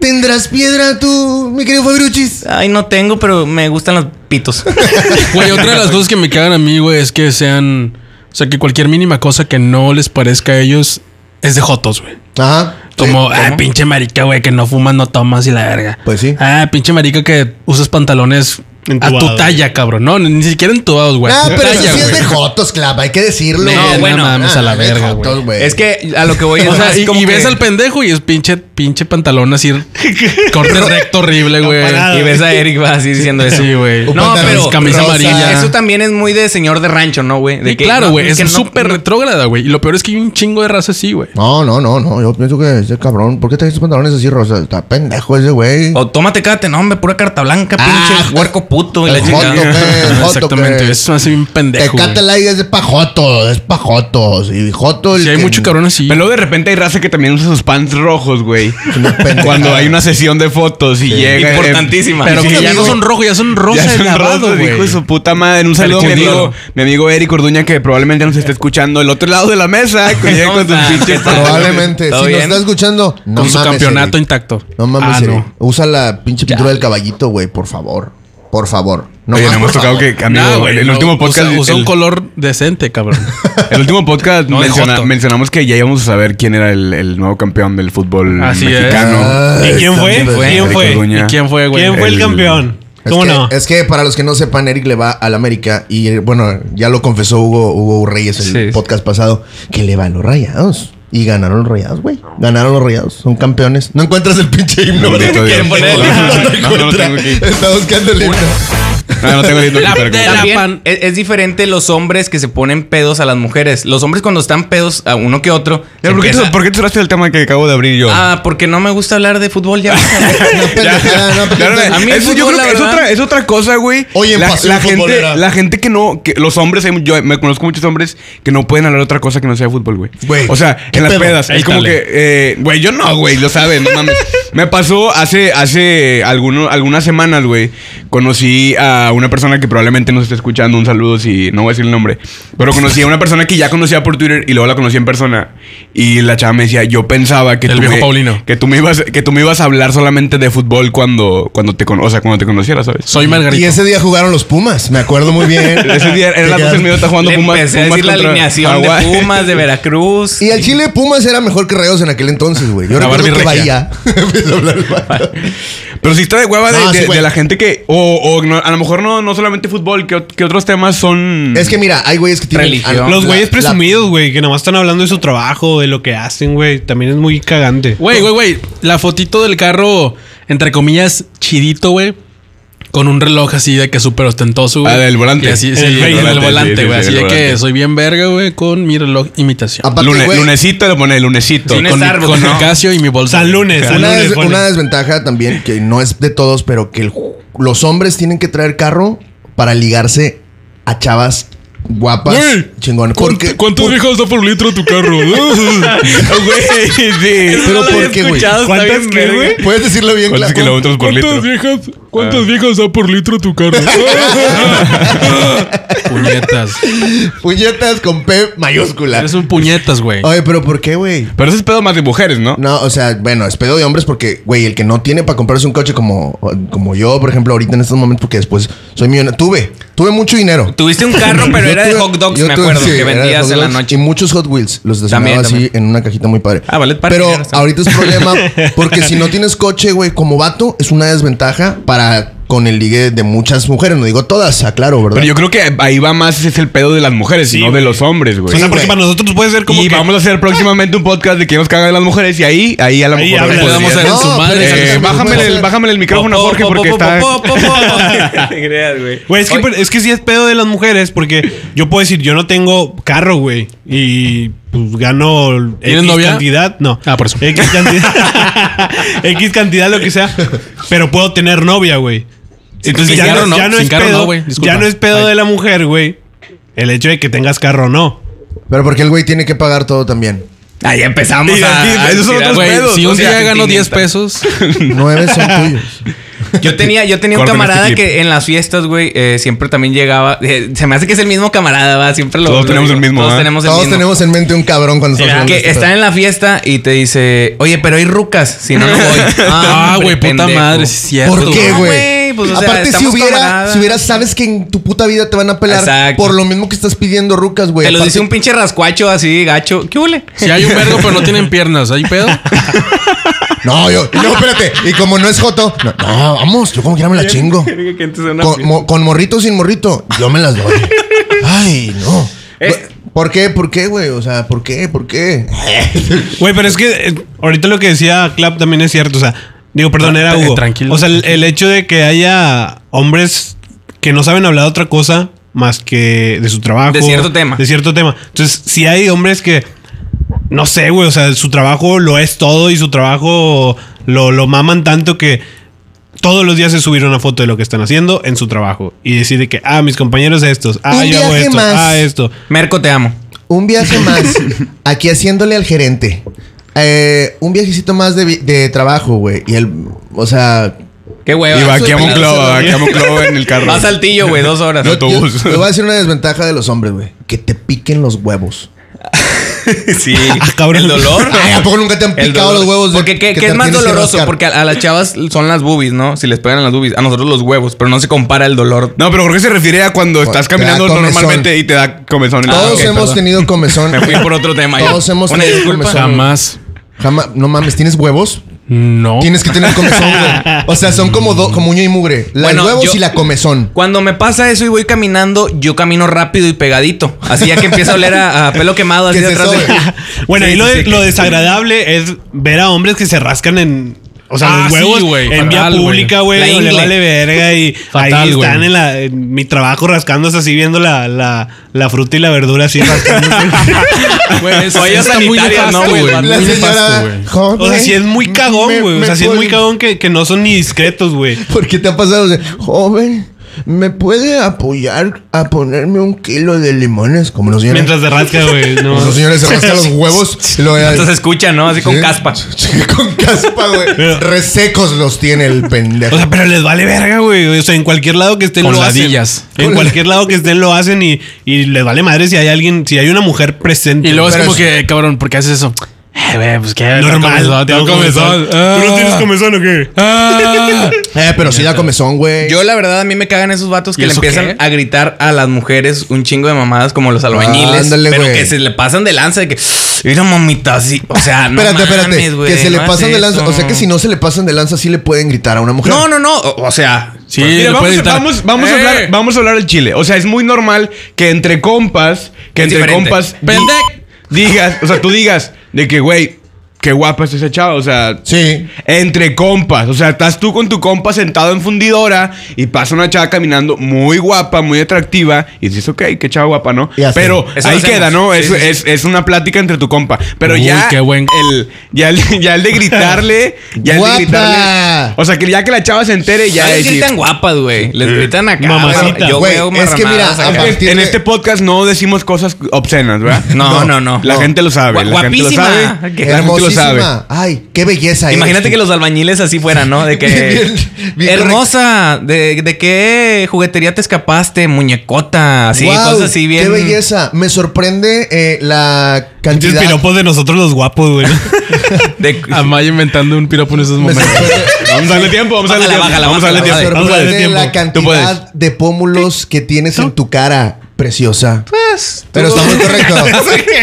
Speaker 3: ¿Tendrás piedra tú, mi querido Fabruchis?
Speaker 1: Ay, no tengo, pero me gustan los pitos.
Speaker 5: Güey, otra de las cosas que me cagan a mí, güey, es que sean. O sea, que cualquier mínima cosa que no les parezca a ellos es de jotos, güey.
Speaker 3: Ajá. sí.
Speaker 5: Como, ah,
Speaker 1: ¿cómo?
Speaker 5: pinche marica, güey, que no fumas, no tomas y la verga.
Speaker 3: Pues sí.
Speaker 5: Ah, pinche marica que usas pantalones a
Speaker 4: Entubados.
Speaker 5: tu talla, cabrón. No, ni siquiera entubados, güey.
Speaker 3: Ah,
Speaker 5: A tu
Speaker 3: pero eso
Speaker 5: talla,
Speaker 3: sí es de
Speaker 5: güey.
Speaker 3: Jotos, clava, hay que decirlo.
Speaker 1: No,
Speaker 3: güey.
Speaker 1: bueno,
Speaker 5: mames, a la
Speaker 3: de
Speaker 5: verga,
Speaker 3: jotos,
Speaker 5: güey.
Speaker 1: Es que a lo que voy es,
Speaker 5: O sea,
Speaker 1: es
Speaker 5: y,
Speaker 1: como
Speaker 5: y ves
Speaker 1: que-
Speaker 5: al pendejo y es pinche, pinche pantalón así, corte recto horrible, güey.
Speaker 4: Comparado.
Speaker 1: y ves a Eric va así diciendo eso.
Speaker 5: Ah. Sí, güey.
Speaker 3: Un
Speaker 1: No,
Speaker 3: pantalón
Speaker 1: pero
Speaker 5: camisa
Speaker 1: rosa.
Speaker 5: amarilla.
Speaker 1: Eso también es muy de señor de rancho, ¿no, güey? De
Speaker 5: Y
Speaker 1: que-
Speaker 5: claro,
Speaker 1: no,
Speaker 5: güey, es
Speaker 1: que no-
Speaker 5: súper
Speaker 1: no-
Speaker 5: retrógrada, güey. Y lo peor es que hay un chingo de raza así, güey.
Speaker 3: No, no, no, no. Yo pienso que ese cabrón, ¿por qué traes esos pantalones así rosa? Está pendejo ese güey.
Speaker 1: O tómate cállate, no, hombre, pura carta blanca,
Speaker 3: Ah,
Speaker 1: pinche huerco puto. Y
Speaker 3: el
Speaker 1: la chingada.
Speaker 3: joto, ¿qué? Joto,
Speaker 5: Exactamente,
Speaker 3: ¿qué?
Speaker 5: es así un pendejo. güey.
Speaker 3: Tecate Light es de pajotos, es pajotos. Y joto el
Speaker 5: Sí, hay
Speaker 3: que-
Speaker 5: mucho cabrón así.
Speaker 2: Pero luego de repente hay raza que también usa sus pants rojos, güey.
Speaker 3: una pendejada.
Speaker 2: Cuando hay una sesión de fotos y llega. eh,
Speaker 1: Importantísima.
Speaker 5: Pero
Speaker 1: Sí,
Speaker 5: que
Speaker 1: sí,
Speaker 5: ya no
Speaker 1: güey.
Speaker 5: son rojos, ya son rosa
Speaker 2: ya
Speaker 5: de
Speaker 2: son
Speaker 5: lavado,
Speaker 2: rojos,
Speaker 5: güey.
Speaker 2: hijo de su puta madre. Un saludo a mi
Speaker 1: Perjudicado.
Speaker 2: amigo, mi amigo Eric Orduña, que probablemente nos esté escuchando del otro lado de la mesa. Que llega con sus
Speaker 1: Ah,
Speaker 2: pinches.
Speaker 1: ¿qué tal?
Speaker 3: Probablemente. Si
Speaker 1: ¿Todo
Speaker 3: nos
Speaker 1: bien?
Speaker 3: está escuchando, no
Speaker 5: Con su
Speaker 3: mames,
Speaker 5: campeonato
Speaker 3: Eric.
Speaker 5: intacto.
Speaker 3: No mames,
Speaker 5: Ah,
Speaker 3: Eric.
Speaker 5: no.
Speaker 3: Usa la pinche pintura del caballito, güey, por favor. Por favor. No
Speaker 2: Oye,
Speaker 3: más,
Speaker 2: no hemos
Speaker 3: por
Speaker 2: tocado
Speaker 3: favor.
Speaker 2: que amigo,
Speaker 5: Nah,
Speaker 2: el,
Speaker 5: güey,
Speaker 2: el
Speaker 5: no,
Speaker 2: último
Speaker 5: usa-
Speaker 2: podcast.
Speaker 5: Usa un
Speaker 2: el,
Speaker 5: color decente, cabrón.
Speaker 2: el último podcast
Speaker 5: No, de
Speaker 2: menciona-
Speaker 5: Joto.
Speaker 2: mencionamos que ya íbamos a saber quién era el, el nuevo campeón del fútbol
Speaker 5: Así es.
Speaker 2: mexicano.
Speaker 3: Ay,
Speaker 4: ¿Y quién
Speaker 3: Ah, está
Speaker 4: fue?
Speaker 3: bien,
Speaker 4: ¿Quién
Speaker 3: Eric
Speaker 4: fue?
Speaker 3: Orduña.
Speaker 5: ¿Y quién fue, güey?
Speaker 4: ¿Quién fue el,
Speaker 2: El-
Speaker 4: campeón?
Speaker 3: Es
Speaker 4: ¿Cómo
Speaker 3: que,
Speaker 4: no?
Speaker 3: Es que para los que no sepan, Eric le va al América y bueno, ya lo confesó Hugo, Hugo Reyes el
Speaker 1: Sí.
Speaker 3: podcast pasado, que le va a los rayados. Y ganaron los rayados, güey. Ganaron los rayados, son campeones. No encuentras el pinche himno.
Speaker 2: Bendito
Speaker 3: ¿verdad?
Speaker 2: Dios.
Speaker 3: No,
Speaker 1: poner el
Speaker 3: no
Speaker 1: himno.
Speaker 3: lo
Speaker 2: No, no lo
Speaker 3: encuentra.
Speaker 2: tengo aquí.
Speaker 3: Está buscando el himno.
Speaker 2: No, no tengo lindo que ver
Speaker 5: de
Speaker 2: con-
Speaker 5: la
Speaker 1: También
Speaker 5: pan-
Speaker 1: es, es diferente los hombres que se ponen pedos a las mujeres. Los hombres cuando están pedos a uno que otro. se
Speaker 2: ¿Por qué,
Speaker 1: empieza-
Speaker 2: te, ¿Por qué te cerraste el tema que acabo de abrir yo?
Speaker 1: Ah, porque no me gusta hablar de fútbol ya.
Speaker 3: pendejada,
Speaker 2: Claro,
Speaker 3: no, pendejada.
Speaker 1: A mí el
Speaker 2: eso
Speaker 1: fútbol,
Speaker 2: yo creo
Speaker 1: la
Speaker 2: que es
Speaker 1: verdad-
Speaker 2: otra, es otra cosa, güey.
Speaker 3: Oye, en
Speaker 2: la,
Speaker 3: pasión
Speaker 2: la gente,
Speaker 3: futbolera.
Speaker 2: la gente que no, que los hombres, hay- yo me conozco muchos hombres que no pueden hablar de otra cosa que no sea fútbol, güey.
Speaker 3: Güey,
Speaker 2: O sea,
Speaker 3: ¿qué
Speaker 2: en las
Speaker 3: pedo?
Speaker 2: pedas.
Speaker 4: Ahí
Speaker 2: es como
Speaker 4: está,
Speaker 2: que, eh, güey, yo no, güey, lo saben, no mames. Me pasó hace, hace alguno- algunas semanas, güey, conocí a una persona que probablemente nos esté escuchando, un saludo si no voy a decir el nombre, pero conocí a una persona que ya conocía por Twitter y luego la conocí en persona y la chava me decía, yo pensaba que
Speaker 5: El
Speaker 2: tú
Speaker 5: viejo
Speaker 2: me-
Speaker 5: Paulino.
Speaker 2: que tú me ibas, que tú me ibas a hablar solamente de fútbol cuando, cuando te con, o sea, cuando te conociera, ¿sabes?
Speaker 5: Soy
Speaker 3: Y
Speaker 5: Margarito.
Speaker 3: ese día jugaron los Pumas, me acuerdo muy bien.
Speaker 2: Ese día
Speaker 3: Que
Speaker 2: era la
Speaker 3: quedaron-
Speaker 2: dos del medio, está jugando
Speaker 1: Le
Speaker 2: Pumas.
Speaker 1: empecé a
Speaker 2: Pumas
Speaker 1: decir la
Speaker 2: contra
Speaker 1: alineación de
Speaker 2: Hawái.
Speaker 1: Pumas, de Veracruz.
Speaker 3: Y al Chile Pumas era mejor que Rayados en aquel entonces, güey. Yo
Speaker 5: La
Speaker 3: recuerdo que
Speaker 5: Barbie
Speaker 3: Bahía. Empezó a hablar el vato.
Speaker 2: Pero sí está de hueva de,
Speaker 3: No, sí,
Speaker 2: de-
Speaker 3: güey.
Speaker 2: de la gente que. O, o no- a lo mejor no, no solamente fútbol, que, ot- que otros temas son.
Speaker 3: es que mira, hay güeyes que tienen.
Speaker 1: Religión.
Speaker 4: Los
Speaker 3: la-
Speaker 4: güeyes
Speaker 3: la-
Speaker 4: presumidos, güey, que nomás están hablando de su trabajo, de lo que hacen, güey. También es muy cagante.
Speaker 5: Güey, güey, güey. La fotito del carro, entre comillas, chidito, güey. Con un reloj así de que súper ostentoso, güey.
Speaker 2: Ah, del volante.
Speaker 5: Y así,
Speaker 2: En
Speaker 5: sí,
Speaker 4: el
Speaker 5: en el,
Speaker 4: volante,
Speaker 2: sí,
Speaker 5: volante,
Speaker 2: sí,
Speaker 5: güey.
Speaker 2: sí,
Speaker 5: así
Speaker 2: en el
Speaker 5: de
Speaker 2: volante.
Speaker 5: que soy bien verga, güey, con mi reloj imitación.
Speaker 3: Aparte,
Speaker 2: Lune-
Speaker 3: güey,
Speaker 2: lunesito le pone lunesito.
Speaker 1: Sí, no es
Speaker 5: con, mi-
Speaker 1: árbol,
Speaker 5: con
Speaker 1: ¿no?
Speaker 5: mi Casio y mi bolsa.
Speaker 4: San Lunes, San
Speaker 3: Una,
Speaker 4: Lunes.
Speaker 3: des-
Speaker 4: pone.
Speaker 3: una desventaja también, que no es de todos, pero que el ju- los hombres tienen que traer carro para ligarse a chavas guapas.
Speaker 5: Güey,
Speaker 3: chingón. Porque, por-
Speaker 5: viejas da por litro tu carro?
Speaker 2: Güey, sí.
Speaker 3: Pero ¿por qué, güey?
Speaker 4: ¿Cuántas qué, güey?
Speaker 3: Puedes decirlo bien
Speaker 2: ¿Cuántos
Speaker 3: claro.
Speaker 2: kilómetros por litro? Ah.
Speaker 5: viejas, cuántas viejas da por litro tu carro? puñetas.
Speaker 3: Puñetas con P mayúscula.
Speaker 5: Eres un puñetas, güey.
Speaker 3: Oye, pero ¿por qué, güey?
Speaker 2: Pero eso es pedo más de mujeres, ¿no?
Speaker 3: No, o sea, bueno, es pedo de hombres porque, güey, el que no tiene para comprarse un coche como, como yo, por ejemplo, ahorita en estos momentos, porque después soy millonario. Tuve, tuve mucho dinero.
Speaker 1: Tuviste un carro, pero
Speaker 3: Yo
Speaker 1: era de
Speaker 3: tuve-
Speaker 1: hot dogs,
Speaker 3: yo
Speaker 1: me
Speaker 3: tuve-
Speaker 1: acuerdo,
Speaker 3: sí,
Speaker 1: que
Speaker 3: era de
Speaker 1: vendías
Speaker 3: hot
Speaker 1: en la
Speaker 3: dogs
Speaker 1: noche.
Speaker 3: Y muchos Hot Wheels los
Speaker 1: También,
Speaker 3: desarmaba así
Speaker 1: también.
Speaker 3: en una cajita muy padre.
Speaker 1: Ah, Ballet Park,
Speaker 3: Pero
Speaker 1: claro, está.
Speaker 3: ahorita es problema porque si no tienes coche, güey, como vato, es una desventaja para con el ligue de muchas mujeres. No digo todas, aclaro, ¿verdad?
Speaker 2: Pero yo creo que ahí va más, ese es el pedo de las mujeres,
Speaker 4: Sí,
Speaker 2: no de
Speaker 4: güey.
Speaker 2: los hombres,
Speaker 4: O
Speaker 2: güey.
Speaker 4: sea,
Speaker 3: Sí,
Speaker 4: porque
Speaker 3: güey.
Speaker 4: para nosotros puede ser como
Speaker 2: y
Speaker 4: que...
Speaker 2: vamos a hacer próximamente un podcast de que nos cagan las mujeres y ahí, ahí a lo
Speaker 4: Ahí
Speaker 2: mejor...
Speaker 4: hablan.
Speaker 2: podrías-
Speaker 5: Podemos hacer en su
Speaker 3: No,
Speaker 5: madre.
Speaker 3: pero
Speaker 2: Eh,
Speaker 3: exactamente,
Speaker 2: bájamele,
Speaker 3: puede
Speaker 2: el,
Speaker 3: ser.
Speaker 2: bájamele el micrófono a
Speaker 1: Po, po,
Speaker 2: Jorge
Speaker 1: po,
Speaker 2: porque
Speaker 1: po,
Speaker 2: está...
Speaker 1: po, po, po, po.
Speaker 4: Güey, es que, pues, es que sí es pedo de las mujeres porque yo puedo decir, yo no tengo carro, güey. Y pues gano
Speaker 5: ¿Tienes novia?
Speaker 4: cantidad. No.
Speaker 5: Ah, por eso.
Speaker 4: X cantidad. X cantidad, lo que sea. Pero puedo tener novia, güey. Entonces
Speaker 5: sin
Speaker 4: ya,
Speaker 5: carro
Speaker 4: no,
Speaker 5: no,
Speaker 4: ya no
Speaker 5: sin
Speaker 4: es
Speaker 5: carro no,
Speaker 4: pedo.
Speaker 5: güey, disculpa.
Speaker 4: ya no es pedo
Speaker 5: Ay.
Speaker 4: de la mujer, güey. El hecho de que tengas carro o no.
Speaker 3: Pero porque el güey tiene que pagar todo también.
Speaker 1: Ah, ya empezamos
Speaker 2: Y
Speaker 1: a...
Speaker 2: así,
Speaker 1: a
Speaker 2: esos son
Speaker 1: tirar-
Speaker 2: otros
Speaker 1: Güey,
Speaker 2: pedos,
Speaker 5: si
Speaker 2: o
Speaker 5: un
Speaker 2: sea,
Speaker 5: día gano
Speaker 1: 500.
Speaker 5: 10 pesos,
Speaker 3: Nueve son tuyos.
Speaker 1: Yo tenía, yo tenía un
Speaker 2: Corten
Speaker 1: camarada
Speaker 2: este clip.
Speaker 1: que en las fiestas, güey, eh, siempre también llegaba. eh, se me hace que es el mismo camarada, va. Siempre lo.
Speaker 2: Todos
Speaker 1: lo
Speaker 2: tenemos
Speaker 1: digo.
Speaker 2: el mismo,
Speaker 1: Todos
Speaker 2: ¿ah?
Speaker 1: tenemos el
Speaker 3: Todos
Speaker 1: mismo.
Speaker 3: tenemos en mente un cabrón cuando estamos hablando de
Speaker 1: Que
Speaker 3: este
Speaker 1: está
Speaker 3: pedo.
Speaker 1: en la fiesta y te dice, oye, pero hay rucas, si no, no voy.
Speaker 5: Ah,
Speaker 1: hombre,
Speaker 5: güey, puta
Speaker 1: pendejo.
Speaker 5: madre, sí es cierto.
Speaker 3: ¿Por qué,
Speaker 1: No,
Speaker 3: güey?
Speaker 1: güey, pues, o sea,
Speaker 3: Aparte, si
Speaker 1: estamos
Speaker 3: hubiera,
Speaker 1: camaradas.
Speaker 3: si hubiera, sabes que en tu puta vida te van a pelar
Speaker 1: Exacto.
Speaker 3: por lo mismo que estás pidiendo rucas, güey.
Speaker 1: Te lo
Speaker 3: Aparte-
Speaker 1: dice un pinche rascuacho así, gacho. ¿Qué hule?
Speaker 5: si hay un vergo pero no tienen piernas, ¿hay pedo?
Speaker 3: No, yo, no, espérate. Y como no es Joto, no, no, vamos, yo como quiera me la chingo. Con, mo- con morrito o sin morrito, yo me las doy. Ay, no.
Speaker 1: Eh.
Speaker 3: ¿Por qué? ¿Por qué, güey? O sea, ¿por qué? ¿Por qué?
Speaker 4: Güey, pero es que eh, ahorita lo que decía Clap también es cierto. O sea, digo, perdón,
Speaker 5: Tra-
Speaker 4: era
Speaker 5: eh,
Speaker 4: Hugo.
Speaker 5: tranquilo.
Speaker 4: O sea, el, el hecho de que haya hombres que no saben hablar de otra cosa más que de su trabajo.
Speaker 1: De cierto tema.
Speaker 4: De cierto tema. Entonces, si hay hombres que. No sé, güey. O sea, su trabajo lo es todo y su trabajo lo, lo maman tanto que. Todos los días se subir una foto de lo que están haciendo en su trabajo y decir de que, ah, mis compañeros estos, ah,
Speaker 3: Un
Speaker 4: yo hago
Speaker 3: viaje
Speaker 4: esto,
Speaker 3: más.
Speaker 4: ah, esto.
Speaker 1: Merco, te amo.
Speaker 3: Un viaje más, aquí haciéndole al gerente. Eh, un viajecito más de, vi- de trabajo, güey. Y el, o sea,
Speaker 1: Qué hueva.
Speaker 2: Y va aquí a
Speaker 1: Soy
Speaker 2: Monclova,
Speaker 1: pelado.
Speaker 2: aquí a Monclova en el carro.
Speaker 1: Va a saltillo, güey, dos horas.
Speaker 2: No, tú-
Speaker 3: yo,
Speaker 2: Autobús.
Speaker 3: te voy a decir una desventaja de los hombres, güey. Que te piquen los huevos.
Speaker 1: Sí.
Speaker 2: Ah,
Speaker 4: cabrón.
Speaker 1: El dolor.
Speaker 3: Ay, ¿a poco nunca te han
Speaker 1: El
Speaker 3: picado
Speaker 1: dolor.
Speaker 3: los huevos? de-
Speaker 1: Porque qué, qué
Speaker 3: que te
Speaker 1: es más
Speaker 3: tienes que
Speaker 1: doloroso,
Speaker 3: rascar?
Speaker 1: porque a, a las chavas son las boobies, ¿no? Si les pegan las boobies, a nosotros los huevos, pero no se compara el dolor.
Speaker 2: No, pero Jorge se refiere a cuando estás
Speaker 3: te da
Speaker 2: caminando
Speaker 3: comezón.
Speaker 2: normalmente y te da comezón.
Speaker 1: Ah,
Speaker 3: Todos
Speaker 1: ok,
Speaker 3: hemos
Speaker 1: perdón.
Speaker 3: tenido comezón.
Speaker 1: Me fui por otro tema. yo.
Speaker 3: Todos hemos
Speaker 1: Una
Speaker 3: tenido
Speaker 1: disculpa.
Speaker 3: comezón.
Speaker 5: Jamás.
Speaker 3: Jamás- no mames, ¿tienes huevos?
Speaker 5: No.
Speaker 3: Tienes que tener comezón, güey. O sea, son como, do- como uña y mugre. Los
Speaker 1: Bueno,
Speaker 3: huevos
Speaker 1: yo-
Speaker 3: y la comezón.
Speaker 1: Cuando me pasa eso y voy caminando, yo camino rápido y pegadito. Así ya que empieza a oler a, a pelo quemado, así
Speaker 3: Que se
Speaker 1: detrás de.
Speaker 3: sobe.
Speaker 4: Bueno,
Speaker 1: Sí,
Speaker 4: ahí
Speaker 1: sí,
Speaker 4: lo,
Speaker 1: sí,
Speaker 4: lo
Speaker 1: que-
Speaker 4: desagradable es ver a hombres que se rascan en O sea,
Speaker 5: Ah,
Speaker 4: los
Speaker 5: sí,
Speaker 4: huevos
Speaker 5: güey.
Speaker 4: en vía
Speaker 5: Fatal, güey.
Speaker 4: pública,
Speaker 1: La
Speaker 4: güey. Le
Speaker 1: ingle.
Speaker 4: vale verga y
Speaker 5: Fatal,
Speaker 4: ahí están
Speaker 5: güey.
Speaker 4: en, la- en mi trabajo rascándose así, viendo la, la, la fruta y la verdura así rascándose.
Speaker 5: Güey, eso
Speaker 1: Ollas
Speaker 5: está muy
Speaker 1: sanitarias,
Speaker 5: nefasto,
Speaker 1: ¿no, güey?
Speaker 5: güey.
Speaker 3: La
Speaker 5: Muy nefasto,
Speaker 3: señora.
Speaker 5: güey.
Speaker 3: joven,
Speaker 4: o sea, sí es muy cagón,
Speaker 3: me-
Speaker 4: güey. O
Speaker 3: me
Speaker 4: sea, sí es muy
Speaker 3: puede-
Speaker 4: cagón que, que no son ni discretos, güey.
Speaker 3: ¿Por qué te ha pasado? O sea, joven, ¿me puede apoyar a ponerme un kilo de limones? Como los señores.
Speaker 4: Mientras te rasca, güey. No.
Speaker 3: Los señores se rascan los huevos. y lo
Speaker 1: Entonces se escucha, ¿no? Así con
Speaker 3: Sí.
Speaker 1: caspa.
Speaker 3: con caspa, güey.
Speaker 4: Pero-
Speaker 3: Resecos los tiene el pendejo.
Speaker 4: O sea, pero les vale verga, güey. O sea, en cualquier lado que estén
Speaker 5: Con
Speaker 4: lo
Speaker 5: ladillas.
Speaker 4: hacen. En cualquier lado que estén lo hacen y, y les vale madre si hay alguien, si hay una mujer presente.
Speaker 5: Y luego es
Speaker 3: Pero
Speaker 5: como
Speaker 3: es-
Speaker 5: que, cabrón, ¿por qué haces eso? Eh, güey, pues que.
Speaker 4: normal.
Speaker 5: Tengo comezón. Ah.
Speaker 4: ¿Tú no tienes comezón o qué?
Speaker 3: eh, pero sí da comezón, güey.
Speaker 1: Yo, la verdad, a mí me cagan esos vatos
Speaker 5: ¿Y
Speaker 1: que le
Speaker 5: eso
Speaker 1: empiezan
Speaker 5: qué?
Speaker 1: a gritar a las mujeres un chingo de mamadas como los albañiles.
Speaker 3: ándale,
Speaker 1: pero
Speaker 3: güey.
Speaker 1: que se le pasan de lanza de que. Mira, mamita, así. O sea, no.
Speaker 3: espérate,
Speaker 1: mames,
Speaker 3: espérate.
Speaker 1: güey,
Speaker 3: que se le
Speaker 1: no
Speaker 3: pasan
Speaker 1: hagas
Speaker 3: de lanza. O sea,
Speaker 1: eso.
Speaker 3: que si no se le pasan de lanza, sí le pueden gritar a una mujer.
Speaker 1: No, no, no. O, o sea.
Speaker 5: Sí,
Speaker 2: Mira,
Speaker 5: lo
Speaker 2: vamos,
Speaker 5: puedes
Speaker 2: a-
Speaker 5: editar.
Speaker 2: vamos, vamos a
Speaker 5: Eh,
Speaker 2: hablar, vamos a hablar del chile. O sea, es muy normal que entre compas, que
Speaker 1: Es
Speaker 2: entre
Speaker 1: diferente.
Speaker 2: compas di-
Speaker 5: Pendec.
Speaker 2: digas, o sea, tú digas de que, güey, qué guapa es esa chava, o sea,
Speaker 3: Sí.
Speaker 2: entre compas, o sea, estás tú con tu compa sentado en fundidora y pasa una chava caminando muy guapa, muy atractiva y dices, ok, qué chava guapa, ¿no?
Speaker 3: Y así.
Speaker 2: Pero
Speaker 1: Eso
Speaker 2: ahí
Speaker 1: hacemos.
Speaker 2: queda, ¿no?
Speaker 1: Sí,
Speaker 2: es,
Speaker 1: sí, sí.
Speaker 2: Es, es una plática entre tu compa. Pero
Speaker 5: Uy,
Speaker 2: ya,
Speaker 5: qué buen-
Speaker 2: el, ya, el, ya el de gritarle, ya el de
Speaker 3: Guapa.
Speaker 2: gritarle, o sea, que ya que la chava se entere, ya
Speaker 1: Ya les
Speaker 2: decir-
Speaker 1: gritan guapas, güey. Les gritan acá.
Speaker 4: Mamacita.
Speaker 1: Yo
Speaker 3: Güey,
Speaker 1: veo
Speaker 3: es que mira,
Speaker 1: marranadas acá.
Speaker 3: a partir
Speaker 2: En
Speaker 3: de-
Speaker 2: este podcast no decimos cosas obscenas, ¿verdad?
Speaker 1: No, no, no.
Speaker 2: La
Speaker 3: No.
Speaker 2: gente lo sabe.
Speaker 1: Gua-
Speaker 2: la gente lo sabe.
Speaker 1: guapísima.
Speaker 2: La gente lo sabe.
Speaker 3: Hermosísima. Ay, qué belleza.
Speaker 1: Imagínate
Speaker 3: eres
Speaker 1: que
Speaker 3: tú.
Speaker 1: los albañiles así fueran, ¿no? De que.
Speaker 3: Bien, bien
Speaker 1: hermosa, de, de qué juguetería te escapaste? Muñecota, así,
Speaker 3: Guau,
Speaker 1: cosas así bien.
Speaker 3: Qué belleza. Me sorprende eh, la
Speaker 4: Pinches
Speaker 3: cantidad.
Speaker 4: piropos de nosotros los guapos, güey.
Speaker 1: de-
Speaker 3: Ah,
Speaker 5: Amaya inventando un piropo en esos
Speaker 3: Me
Speaker 5: momentos.
Speaker 3: sorprende-
Speaker 2: Vamos a darle tiempo, vamos a darle
Speaker 1: Bájala,
Speaker 2: tiempo.
Speaker 1: bájala,
Speaker 2: vamos a darle
Speaker 1: bájala,
Speaker 2: tiempo.
Speaker 3: Me
Speaker 4: vamos a darle
Speaker 3: sorprende la
Speaker 4: tiempo.
Speaker 2: Tú puedes.
Speaker 3: cantidad de pómulos que tienes en tu cara, preciosa.
Speaker 1: Pues,
Speaker 3: Pero
Speaker 1: tú-
Speaker 3: está muy correcto.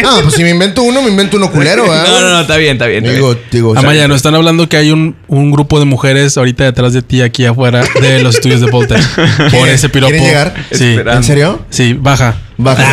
Speaker 3: No, pues si me invento uno, me invento uno culero, ¿verdad?
Speaker 1: No, no, no, está bien, está bien. está
Speaker 3: Digo,
Speaker 1: bien.
Speaker 3: digo, o sea,
Speaker 5: Amaya, nos están hablando que hay un, un grupo de mujeres ahorita detrás de ti, aquí afuera de los estudios de Voltaire. Por
Speaker 3: ¿Quieren-
Speaker 5: ese piropo.
Speaker 3: quieren llegar?
Speaker 5: Sí.
Speaker 1: Espera.
Speaker 3: ¿En serio?
Speaker 5: Sí, baja.
Speaker 3: Baja.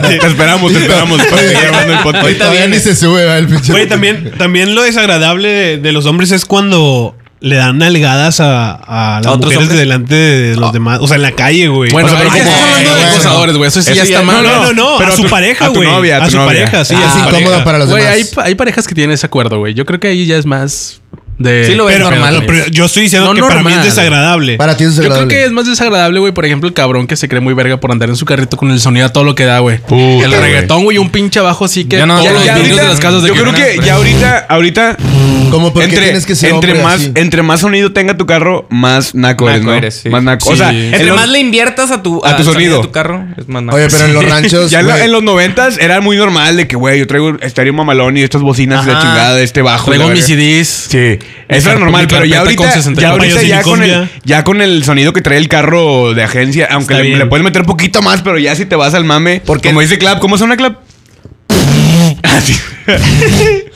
Speaker 2: Te esperamos, te esperamos. para seguir grabando el podcast.
Speaker 3: Ahorita bien ni se sube, ¿verdad? El pinche.
Speaker 4: Güey, también, también lo desagradable de, de los hombres es cuando le dan nalgadas a, a las
Speaker 1: ¿A otros
Speaker 4: mujeres
Speaker 1: hombres?
Speaker 4: de delante de los demás. O sea, en la calle, güey.
Speaker 5: Bueno,
Speaker 4: O sea,
Speaker 5: pero
Speaker 4: pero
Speaker 5: como
Speaker 4: ¿cómo?
Speaker 3: estás hablando de
Speaker 5: de acosadores, güey. Eso sí
Speaker 2: Eso
Speaker 5: ya está
Speaker 2: ya-
Speaker 5: mal.
Speaker 4: No, no, no, no,
Speaker 2: Pero
Speaker 4: a
Speaker 2: a
Speaker 4: su
Speaker 2: tu-
Speaker 4: pareja,
Speaker 2: a tu
Speaker 4: güey.
Speaker 2: novia, a
Speaker 4: A
Speaker 2: tu
Speaker 4: su
Speaker 2: novia.
Speaker 4: pareja, sí.
Speaker 3: Ah,
Speaker 4: a su
Speaker 3: es
Speaker 4: pareja.
Speaker 3: incómodo para los
Speaker 5: Güey,
Speaker 3: demás.
Speaker 5: hay, pa- hay parejas que tienen ese acuerdo, güey. Yo creo que ahí ya es más de.
Speaker 1: Sí lo veo
Speaker 4: Pero,
Speaker 1: normal.
Speaker 4: pero yo estoy diciendo
Speaker 5: No
Speaker 4: que para mí
Speaker 5: normal.
Speaker 4: es desagradable.
Speaker 3: Para ti es
Speaker 5: Yo creo que
Speaker 3: desagradable.
Speaker 5: es más desagradable, güey. Por ejemplo, el cabrón que se cree muy verga por andar en su carrito con el sonido a todo lo que da, güey.
Speaker 4: Puta,
Speaker 5: El reggaetón, güey, un pinche abajo así que
Speaker 1: Ya no-
Speaker 5: todos
Speaker 1: ya-
Speaker 5: los
Speaker 1: ya
Speaker 5: vidrios de
Speaker 1: ahorita-
Speaker 5: las casas de
Speaker 2: yo creo que ya ahorita, ahorita,
Speaker 3: Como porque
Speaker 2: entre,
Speaker 3: tienes que ser
Speaker 2: entre
Speaker 3: hombre
Speaker 2: más,
Speaker 3: así?
Speaker 2: entre más sonido tenga tu carro, más naco, eres,
Speaker 1: Naco
Speaker 2: ¿no?
Speaker 1: eres, sí.
Speaker 2: Más naco. O sea,
Speaker 5: Sí.
Speaker 2: en
Speaker 1: Entre
Speaker 2: los-
Speaker 1: más le inviertas a tu,
Speaker 2: a tu
Speaker 1: al
Speaker 2: sonido.
Speaker 1: de tu carro, es más nada.
Speaker 3: Oye, pero en los ranchos.
Speaker 2: ya en la-
Speaker 3: güey,
Speaker 2: en los noventas era muy normal de que, güey, yo traigo estéreo mamalón y estas bocinas y la
Speaker 1: Ajá.
Speaker 2: chingada, este bajo.
Speaker 5: Traigo
Speaker 2: la
Speaker 5: mis
Speaker 2: verga.
Speaker 5: CDs.
Speaker 2: Sí, eso
Speaker 5: Mi
Speaker 2: es normal,
Speaker 5: carpeta
Speaker 2: pero ya
Speaker 5: con
Speaker 2: ahorita,
Speaker 5: 64
Speaker 2: ya, ahorita ya,
Speaker 4: payos
Speaker 2: con
Speaker 4: silicón,
Speaker 2: el, ya con el sonido que trae el carro de agencia, aunque
Speaker 4: Está
Speaker 2: le,
Speaker 4: bien.
Speaker 2: le puedes meter poquito más, pero ya si te vas al mame, porque como dice Clap, ¿cómo suena Clap? Así.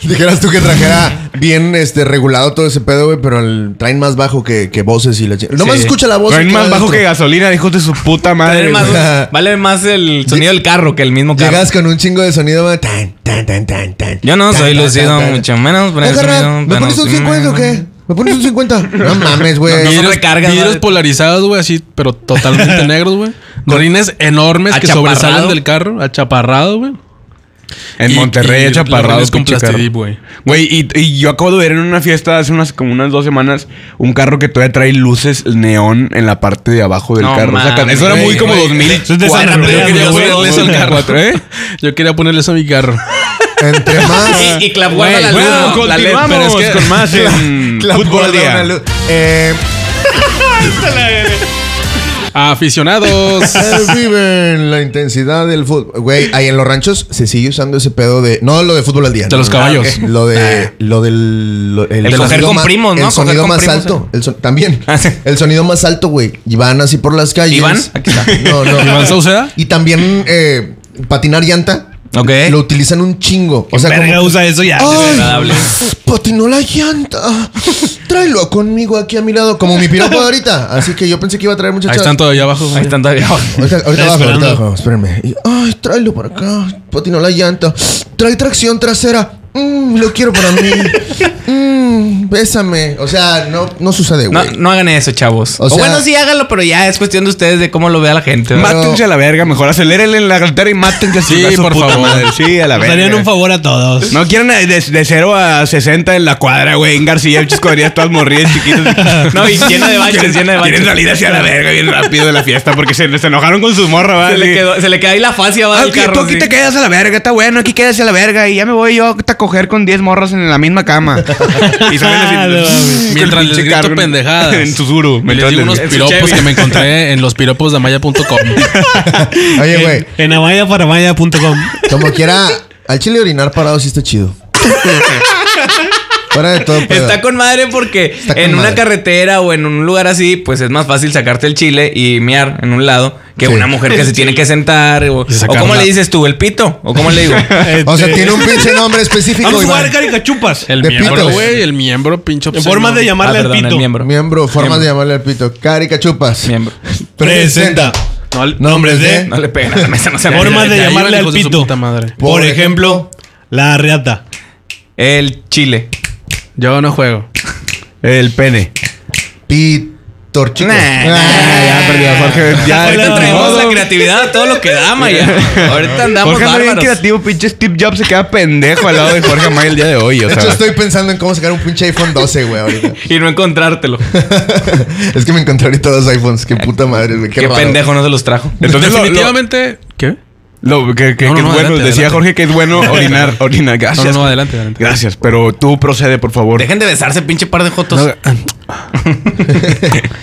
Speaker 3: Dijeras tú que trajera bien este, regulado todo ese pedo, güey, pero el- traen más bajo que, que voces y la chingada. Nomás
Speaker 1: Sí.
Speaker 3: escucha la voz.
Speaker 2: Traen
Speaker 3: y
Speaker 2: más
Speaker 3: queda
Speaker 2: bajo
Speaker 3: dentro.
Speaker 2: que gasolina, hijos de su puta madre.
Speaker 1: Vale
Speaker 2: güey.
Speaker 1: más, vale más el sonido del carro que el mismo carro.
Speaker 3: Llegas con un chingo de sonido, güey, tan, tan, tan, tan, tan.
Speaker 1: Yo no
Speaker 3: tan,
Speaker 1: soy
Speaker 3: tan,
Speaker 1: lucido,
Speaker 3: tan, tan.
Speaker 1: mucho menos, pero
Speaker 3: Eh,
Speaker 1: he
Speaker 3: carnal,
Speaker 1: subido,
Speaker 3: ¿Me
Speaker 1: pero
Speaker 3: pones un
Speaker 1: sí,
Speaker 3: 50 o qué? ¿Me pones un 50? No mames, güey.
Speaker 1: No, no, no.
Speaker 5: Vidrios,
Speaker 1: recargas,
Speaker 5: vidrios
Speaker 1: ¿vale?
Speaker 5: polarizados, güey, así, pero totalmente negros, güey. Gorrines enormes que
Speaker 1: Achaparrado.
Speaker 5: sobresalen del carro, achaparrado, güey.
Speaker 2: En
Speaker 5: Y-
Speaker 2: Monterrey,
Speaker 5: y
Speaker 2: achaparrado,
Speaker 5: gorrines con
Speaker 2: pinche carro.
Speaker 5: plastidip, güey.
Speaker 2: Güey, y, y yo acabo de ver en una fiesta hace unas como unas dos semanas un carro que todavía trae luces neón en la parte de abajo del
Speaker 1: No
Speaker 2: carro. O sea,
Speaker 1: mames,
Speaker 2: eso era muy
Speaker 1: güey,
Speaker 2: como
Speaker 1: güey.
Speaker 2: 2000.
Speaker 4: Eso es de San
Speaker 2: Yo
Speaker 4: Andreas,
Speaker 2: quería
Speaker 4: güey.
Speaker 2: ponerle eso al carro. ¿eh?
Speaker 5: Yo quería ponerle eso a mi carro.
Speaker 3: Entre más.
Speaker 1: Y, y Clap guarda la luz.
Speaker 2: Bueno,
Speaker 1: ¿no? La LED,
Speaker 2: continuamos
Speaker 1: pero es que-
Speaker 2: con más en
Speaker 3: la
Speaker 2: Fútbol al
Speaker 3: borda una
Speaker 2: Día.
Speaker 3: luz. Eh,
Speaker 5: Aficionados.
Speaker 3: eh, viven la intensidad del fútbol. Güey, ahí en los ranchos se sigue usando ese pedo de. No lo de fútbol al día.
Speaker 5: De los
Speaker 3: no,
Speaker 5: caballos.
Speaker 3: ok. Lo de. Lo del. lo-
Speaker 1: El coger
Speaker 3: sonido
Speaker 1: con
Speaker 3: ma-
Speaker 1: primos, ¿no?
Speaker 3: El
Speaker 1: Coger
Speaker 3: sonido
Speaker 1: con
Speaker 3: más
Speaker 1: primos,
Speaker 3: alto.
Speaker 1: eh.
Speaker 3: El son- también.
Speaker 1: Ah, sí.
Speaker 3: El sonido más alto, güey. Y van así por las calles.
Speaker 1: ¿Y van? Aquí está.
Speaker 3: No, no.
Speaker 5: ¿Iván Sauceda?
Speaker 3: Y también eh, patinar llanta.
Speaker 1: Ok.
Speaker 3: Lo utilizan un chingo. O sea,
Speaker 4: Verga,
Speaker 3: como.
Speaker 4: usa eso ya.
Speaker 3: ¡Ay!
Speaker 1: desagradable.
Speaker 3: Patinó la llanta. Tráelo conmigo aquí a mi lado, como mi piropo de ahorita. Así que yo pensé que iba a traer muchachas.
Speaker 5: Ahí están todavía abajo.
Speaker 1: Ahí
Speaker 5: güey.
Speaker 1: están todavía.
Speaker 3: Ahorita, ahorita
Speaker 4: Está
Speaker 3: abajo, ahorita
Speaker 4: esperando.
Speaker 3: abajo, espérenme. Y, Ay, tráelo para acá. Patinó la llanta. Trae tracción trasera. Mm, lo quiero para mí. Mm, mm, bésame. O sea, no, no sucede,
Speaker 1: No,
Speaker 3: güey.
Speaker 1: no hagan eso, chavos.
Speaker 3: O
Speaker 1: O,
Speaker 3: sea-
Speaker 1: bueno, sí háganlo, pero ya es cuestión de ustedes de cómo lo vea la gente. ¿verdad?
Speaker 2: Mátense a la verga, mejor acelérele en la carretera y mátense a su-
Speaker 5: Sí,
Speaker 2: a su
Speaker 5: por
Speaker 2: puta
Speaker 5: favor.
Speaker 2: madre. Sí, a la
Speaker 4: Nos
Speaker 2: verga.
Speaker 4: harían un favor a todos.
Speaker 2: No quieran de, de 0 a 60 en la cuadra, güey. En García, muchas cuadrillas todas morridas, chiquitas.
Speaker 1: No, y llena de baches, llena de baches.
Speaker 2: Quieren salir hacia la verga bien rápido de la fiesta porque se, se enojaron con su morra, ¿verdad?
Speaker 1: Se le,
Speaker 2: Sí.
Speaker 1: quedó, se le quedó ahí la fascia, va,
Speaker 2: Ah,
Speaker 1: del
Speaker 2: aquí-
Speaker 1: carro,
Speaker 2: tú aquí
Speaker 1: sí.
Speaker 2: te quedas a la verga, está bueno, aquí quedas a la verga y ya me voy yo a coger con 10 morros en la misma cama. y salen
Speaker 4: Ah, no mames.
Speaker 2: con el
Speaker 5: Mientras les
Speaker 2: pinche
Speaker 5: grito
Speaker 2: carro en-
Speaker 5: pendejadas.
Speaker 2: En tu suru.
Speaker 5: Me les
Speaker 2: Mientras
Speaker 5: digo
Speaker 2: les-
Speaker 5: unos
Speaker 2: en su
Speaker 5: piropos
Speaker 2: Chevy.
Speaker 5: que me encontré en lospiropos.amaya.com.
Speaker 3: Oye, güey,
Speaker 4: En amayaparamaya.com.
Speaker 3: como quiera, al chile orinar parado sí está chido. Fuera de todo. pedo.
Speaker 1: Está con madre porque
Speaker 3: con
Speaker 1: en una
Speaker 3: madre.
Speaker 1: carretera o en un lugar así, pues es más fácil sacarte el chile y miar en un lado que
Speaker 3: Sí.
Speaker 1: una mujer que se tiene que sentar. O, o
Speaker 5: sacarla.
Speaker 1: cómo le dices tú, el pito. O cómo le digo.
Speaker 3: O sea, tiene un pinche nombre específico.
Speaker 4: Vamos a jugar
Speaker 3: Iván.
Speaker 4: caricachupas.
Speaker 5: El
Speaker 3: De
Speaker 5: miembro,
Speaker 3: pitos.
Speaker 5: güey. El miembro, pincho.
Speaker 4: En forma de
Speaker 5: llamar.
Speaker 4: llamarle
Speaker 1: Ah,
Speaker 4: al
Speaker 1: perdón,
Speaker 4: pito.
Speaker 1: el miembro.
Speaker 3: Miembro, formas de llamarle al pito. Caricachupas.
Speaker 1: Miembro.
Speaker 4: Presenta.
Speaker 3: Nombres de.
Speaker 1: No le peguen a la mesa, no se
Speaker 4: Forma
Speaker 1: vayan.
Speaker 4: de llamarle al pito.
Speaker 5: madre.
Speaker 4: Por ejemplo, la reata.
Speaker 1: El chile.
Speaker 5: Yo no juego.
Speaker 2: El pene.
Speaker 3: Pitor, chico.
Speaker 1: Nah,
Speaker 2: Ya,
Speaker 3: Ah,
Speaker 2: ya, perdí a Jorge. Ya,
Speaker 4: Jorge,
Speaker 2: de
Speaker 1: Ahorita
Speaker 4: no.
Speaker 2: todo
Speaker 1: traemos
Speaker 2: modo.
Speaker 1: la creatividad a todo lo que da, Maya. Ahorita andamos
Speaker 2: Jorge anda bien
Speaker 1: bárbaros.
Speaker 2: creativo, pinche Steve Jobs se queda pendejo al lado de Jorge Amaya el día de hoy. O
Speaker 3: De
Speaker 2: sea,
Speaker 3: hecho, estoy pensando en cómo sacar un pinche iPhone 12, güey, ahorita.
Speaker 1: Y no encontrártelo.
Speaker 3: es que me encontré ahorita dos iPhones. Qué puta madre, güey. Qué,
Speaker 1: Qué,
Speaker 3: raro.
Speaker 1: pendejo no se los trajo.
Speaker 2: Entonces, lo-
Speaker 5: Definitivamente. ¿Qué?
Speaker 2: lo, lo- que, que-
Speaker 5: No,
Speaker 2: que
Speaker 5: no, no,
Speaker 2: es bueno,
Speaker 5: adelante,
Speaker 2: decía
Speaker 5: adelante.
Speaker 2: Jorge que es bueno orinar, orinar. Gracias.
Speaker 5: No, no, adelante, adelante.
Speaker 2: Gracias, pero tú procede, por favor.
Speaker 1: Dejen de besarse, pinche par de jotos.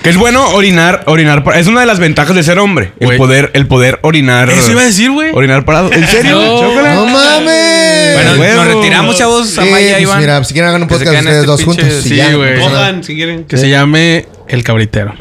Speaker 2: Que es bueno orinar, orinar. par- Es una de las ventajas de ser hombre. El
Speaker 5: Güey.
Speaker 2: poder, el poder orinar.
Speaker 5: Eso iba a decir, güey.
Speaker 2: Orinar parado. ¿En serio?
Speaker 5: No.
Speaker 2: Chócala.
Speaker 3: ¡No mames!
Speaker 1: bueno,
Speaker 2: huevo.
Speaker 1: nos retiramos, chavos.
Speaker 3: Sí,
Speaker 1: Amaya,
Speaker 3: pues
Speaker 1: Iván.
Speaker 3: mira, si quieren hagan un
Speaker 1: Que se
Speaker 3: podcast
Speaker 1: queden
Speaker 3: ustedes
Speaker 1: este
Speaker 3: dos
Speaker 1: pinche-
Speaker 3: juntos. y
Speaker 5: sí,
Speaker 3: ya, pues,
Speaker 5: güey.
Speaker 3: no pasa nada.
Speaker 4: Cojan, si quieren.
Speaker 5: Que se llame El Cabritero.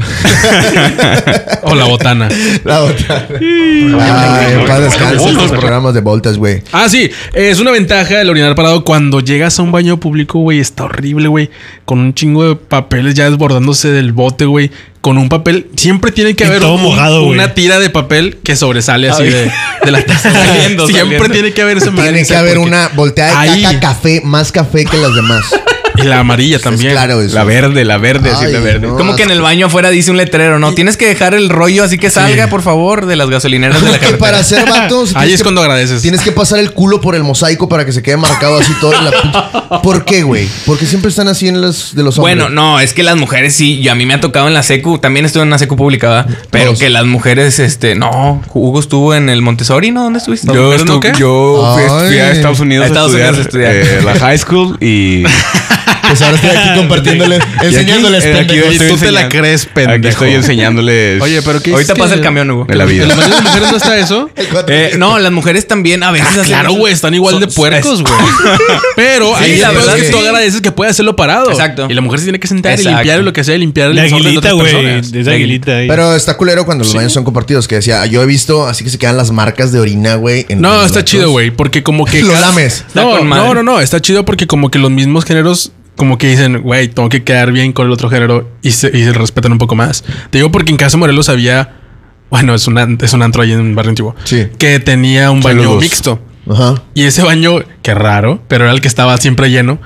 Speaker 5: o La Botana.
Speaker 3: La otra. Ay, en paz descansen los programas de voltas, güey.
Speaker 5: Ah, sí. Es una ventaja el orinar parado cuando llegas a un baño público, güey. Está horrible, güey. Con un chingo de papeles ya desbordándose del bote, güey. Con un papel. Siempre tiene que
Speaker 4: Y
Speaker 5: haber
Speaker 4: todo
Speaker 5: un-
Speaker 4: mojado, güey.
Speaker 5: una tira de papel que sobresale así
Speaker 1: Ay.
Speaker 5: de, de la taza. güey.
Speaker 1: Saliendo,
Speaker 5: Siempre
Speaker 1: saliendo.
Speaker 5: tiene que haber esa madre,
Speaker 3: Tiene
Speaker 5: no sé
Speaker 3: que haber
Speaker 5: por qué.
Speaker 3: una volteada de
Speaker 5: Ahí.
Speaker 3: caca café, más café que las demás.
Speaker 5: Y la amarilla también.
Speaker 3: Es claro eso.
Speaker 2: La verde, la verde, así
Speaker 3: Ay,
Speaker 2: la verde.
Speaker 3: no.
Speaker 1: Como que en el baño afuera dice un letrero, ¿no? Tienes que dejar el rollo así que salga, por favor, de las gasolineras de la
Speaker 3: Que
Speaker 1: carretera.
Speaker 3: para ser vatos.
Speaker 5: Ahí
Speaker 3: tienes
Speaker 5: Ah, es
Speaker 3: que-
Speaker 5: cuando agradeces.
Speaker 3: Tienes que pasar el culo por el mosaico para que se quede marcado así todo. en La pinche- ¿Por qué, güey? Porque siempre están así en los de los hombres.
Speaker 1: Bueno, no, es que las mujeres sí, yo a mí me ha tocado en la secu, también estuve en una secu publicada, pero
Speaker 3: Todos.
Speaker 1: que las mujeres, este, no, Hugo estuvo en el Montessori, ¿no? ¿Dónde estuviste?
Speaker 2: Yo,
Speaker 1: ¿Pero no
Speaker 2: estu-
Speaker 1: qué?
Speaker 2: yo fui, a- fui a
Speaker 3: Ay.
Speaker 2: Estados Unidos a,
Speaker 1: A Estados
Speaker 2: estudiar,
Speaker 1: Unidos a estudiar.
Speaker 2: eh, la high school y...
Speaker 3: Pues ahora estoy aquí compartiéndoles, enseñándoles.
Speaker 2: eh, aquí
Speaker 3: pendejo.
Speaker 2: estoy
Speaker 5: Tú te la
Speaker 2: enseñando-
Speaker 5: crees, pendejo.
Speaker 2: Aquí estoy enseñándoles...
Speaker 5: Oye, pero ¿qué
Speaker 1: Ahorita
Speaker 5: dices
Speaker 1: pasa
Speaker 5: que-
Speaker 1: el camión, Hugo.
Speaker 2: de la vida.
Speaker 5: ¿En los baños de mujeres no está eso?
Speaker 1: Eh, no, las mujeres también a veces. hacen-
Speaker 5: Ah, Claro, güey, están igual de
Speaker 1: son-
Speaker 5: puercos, güey. Pero
Speaker 1: Sí,
Speaker 5: ahí
Speaker 1: la
Speaker 5: la verdad
Speaker 1: verdad
Speaker 5: es que
Speaker 1: sí.
Speaker 5: tú agradeces que puede hacerlo parado.
Speaker 1: Exacto.
Speaker 5: Y la mujer se tiene que sentar y
Speaker 1: Exacto.
Speaker 5: limpiar lo que sea, y limpiar el
Speaker 4: La
Speaker 5: desorden de
Speaker 4: aguilita,
Speaker 5: otras
Speaker 4: güey.
Speaker 5: personas.
Speaker 4: Esa aguilita ahí.
Speaker 3: Pero está culero cuando los baños son compartidos, que decía, yo he visto, así que se quedan las marcas de orina, güey. en
Speaker 5: No,
Speaker 3: los
Speaker 5: está
Speaker 3: vatos.
Speaker 5: chido, güey, porque como que
Speaker 3: Lo
Speaker 5: cada-
Speaker 3: lames.
Speaker 1: Está
Speaker 5: No,
Speaker 1: con madre.
Speaker 5: no, no, no, está chido porque como que los mismos géneros como que dicen, güey, tengo que quedar bien con el otro género y se, y se respetan un poco más. Te digo porque en Casa Morelos había, bueno, es, una, es un antro ahí en un barrio antiguo,
Speaker 3: Sí.
Speaker 5: que tenía un baño
Speaker 2: Saludos.
Speaker 5: mixto.
Speaker 3: Ajá.
Speaker 5: Y ese baño, qué raro, pero era el que estaba siempre lleno.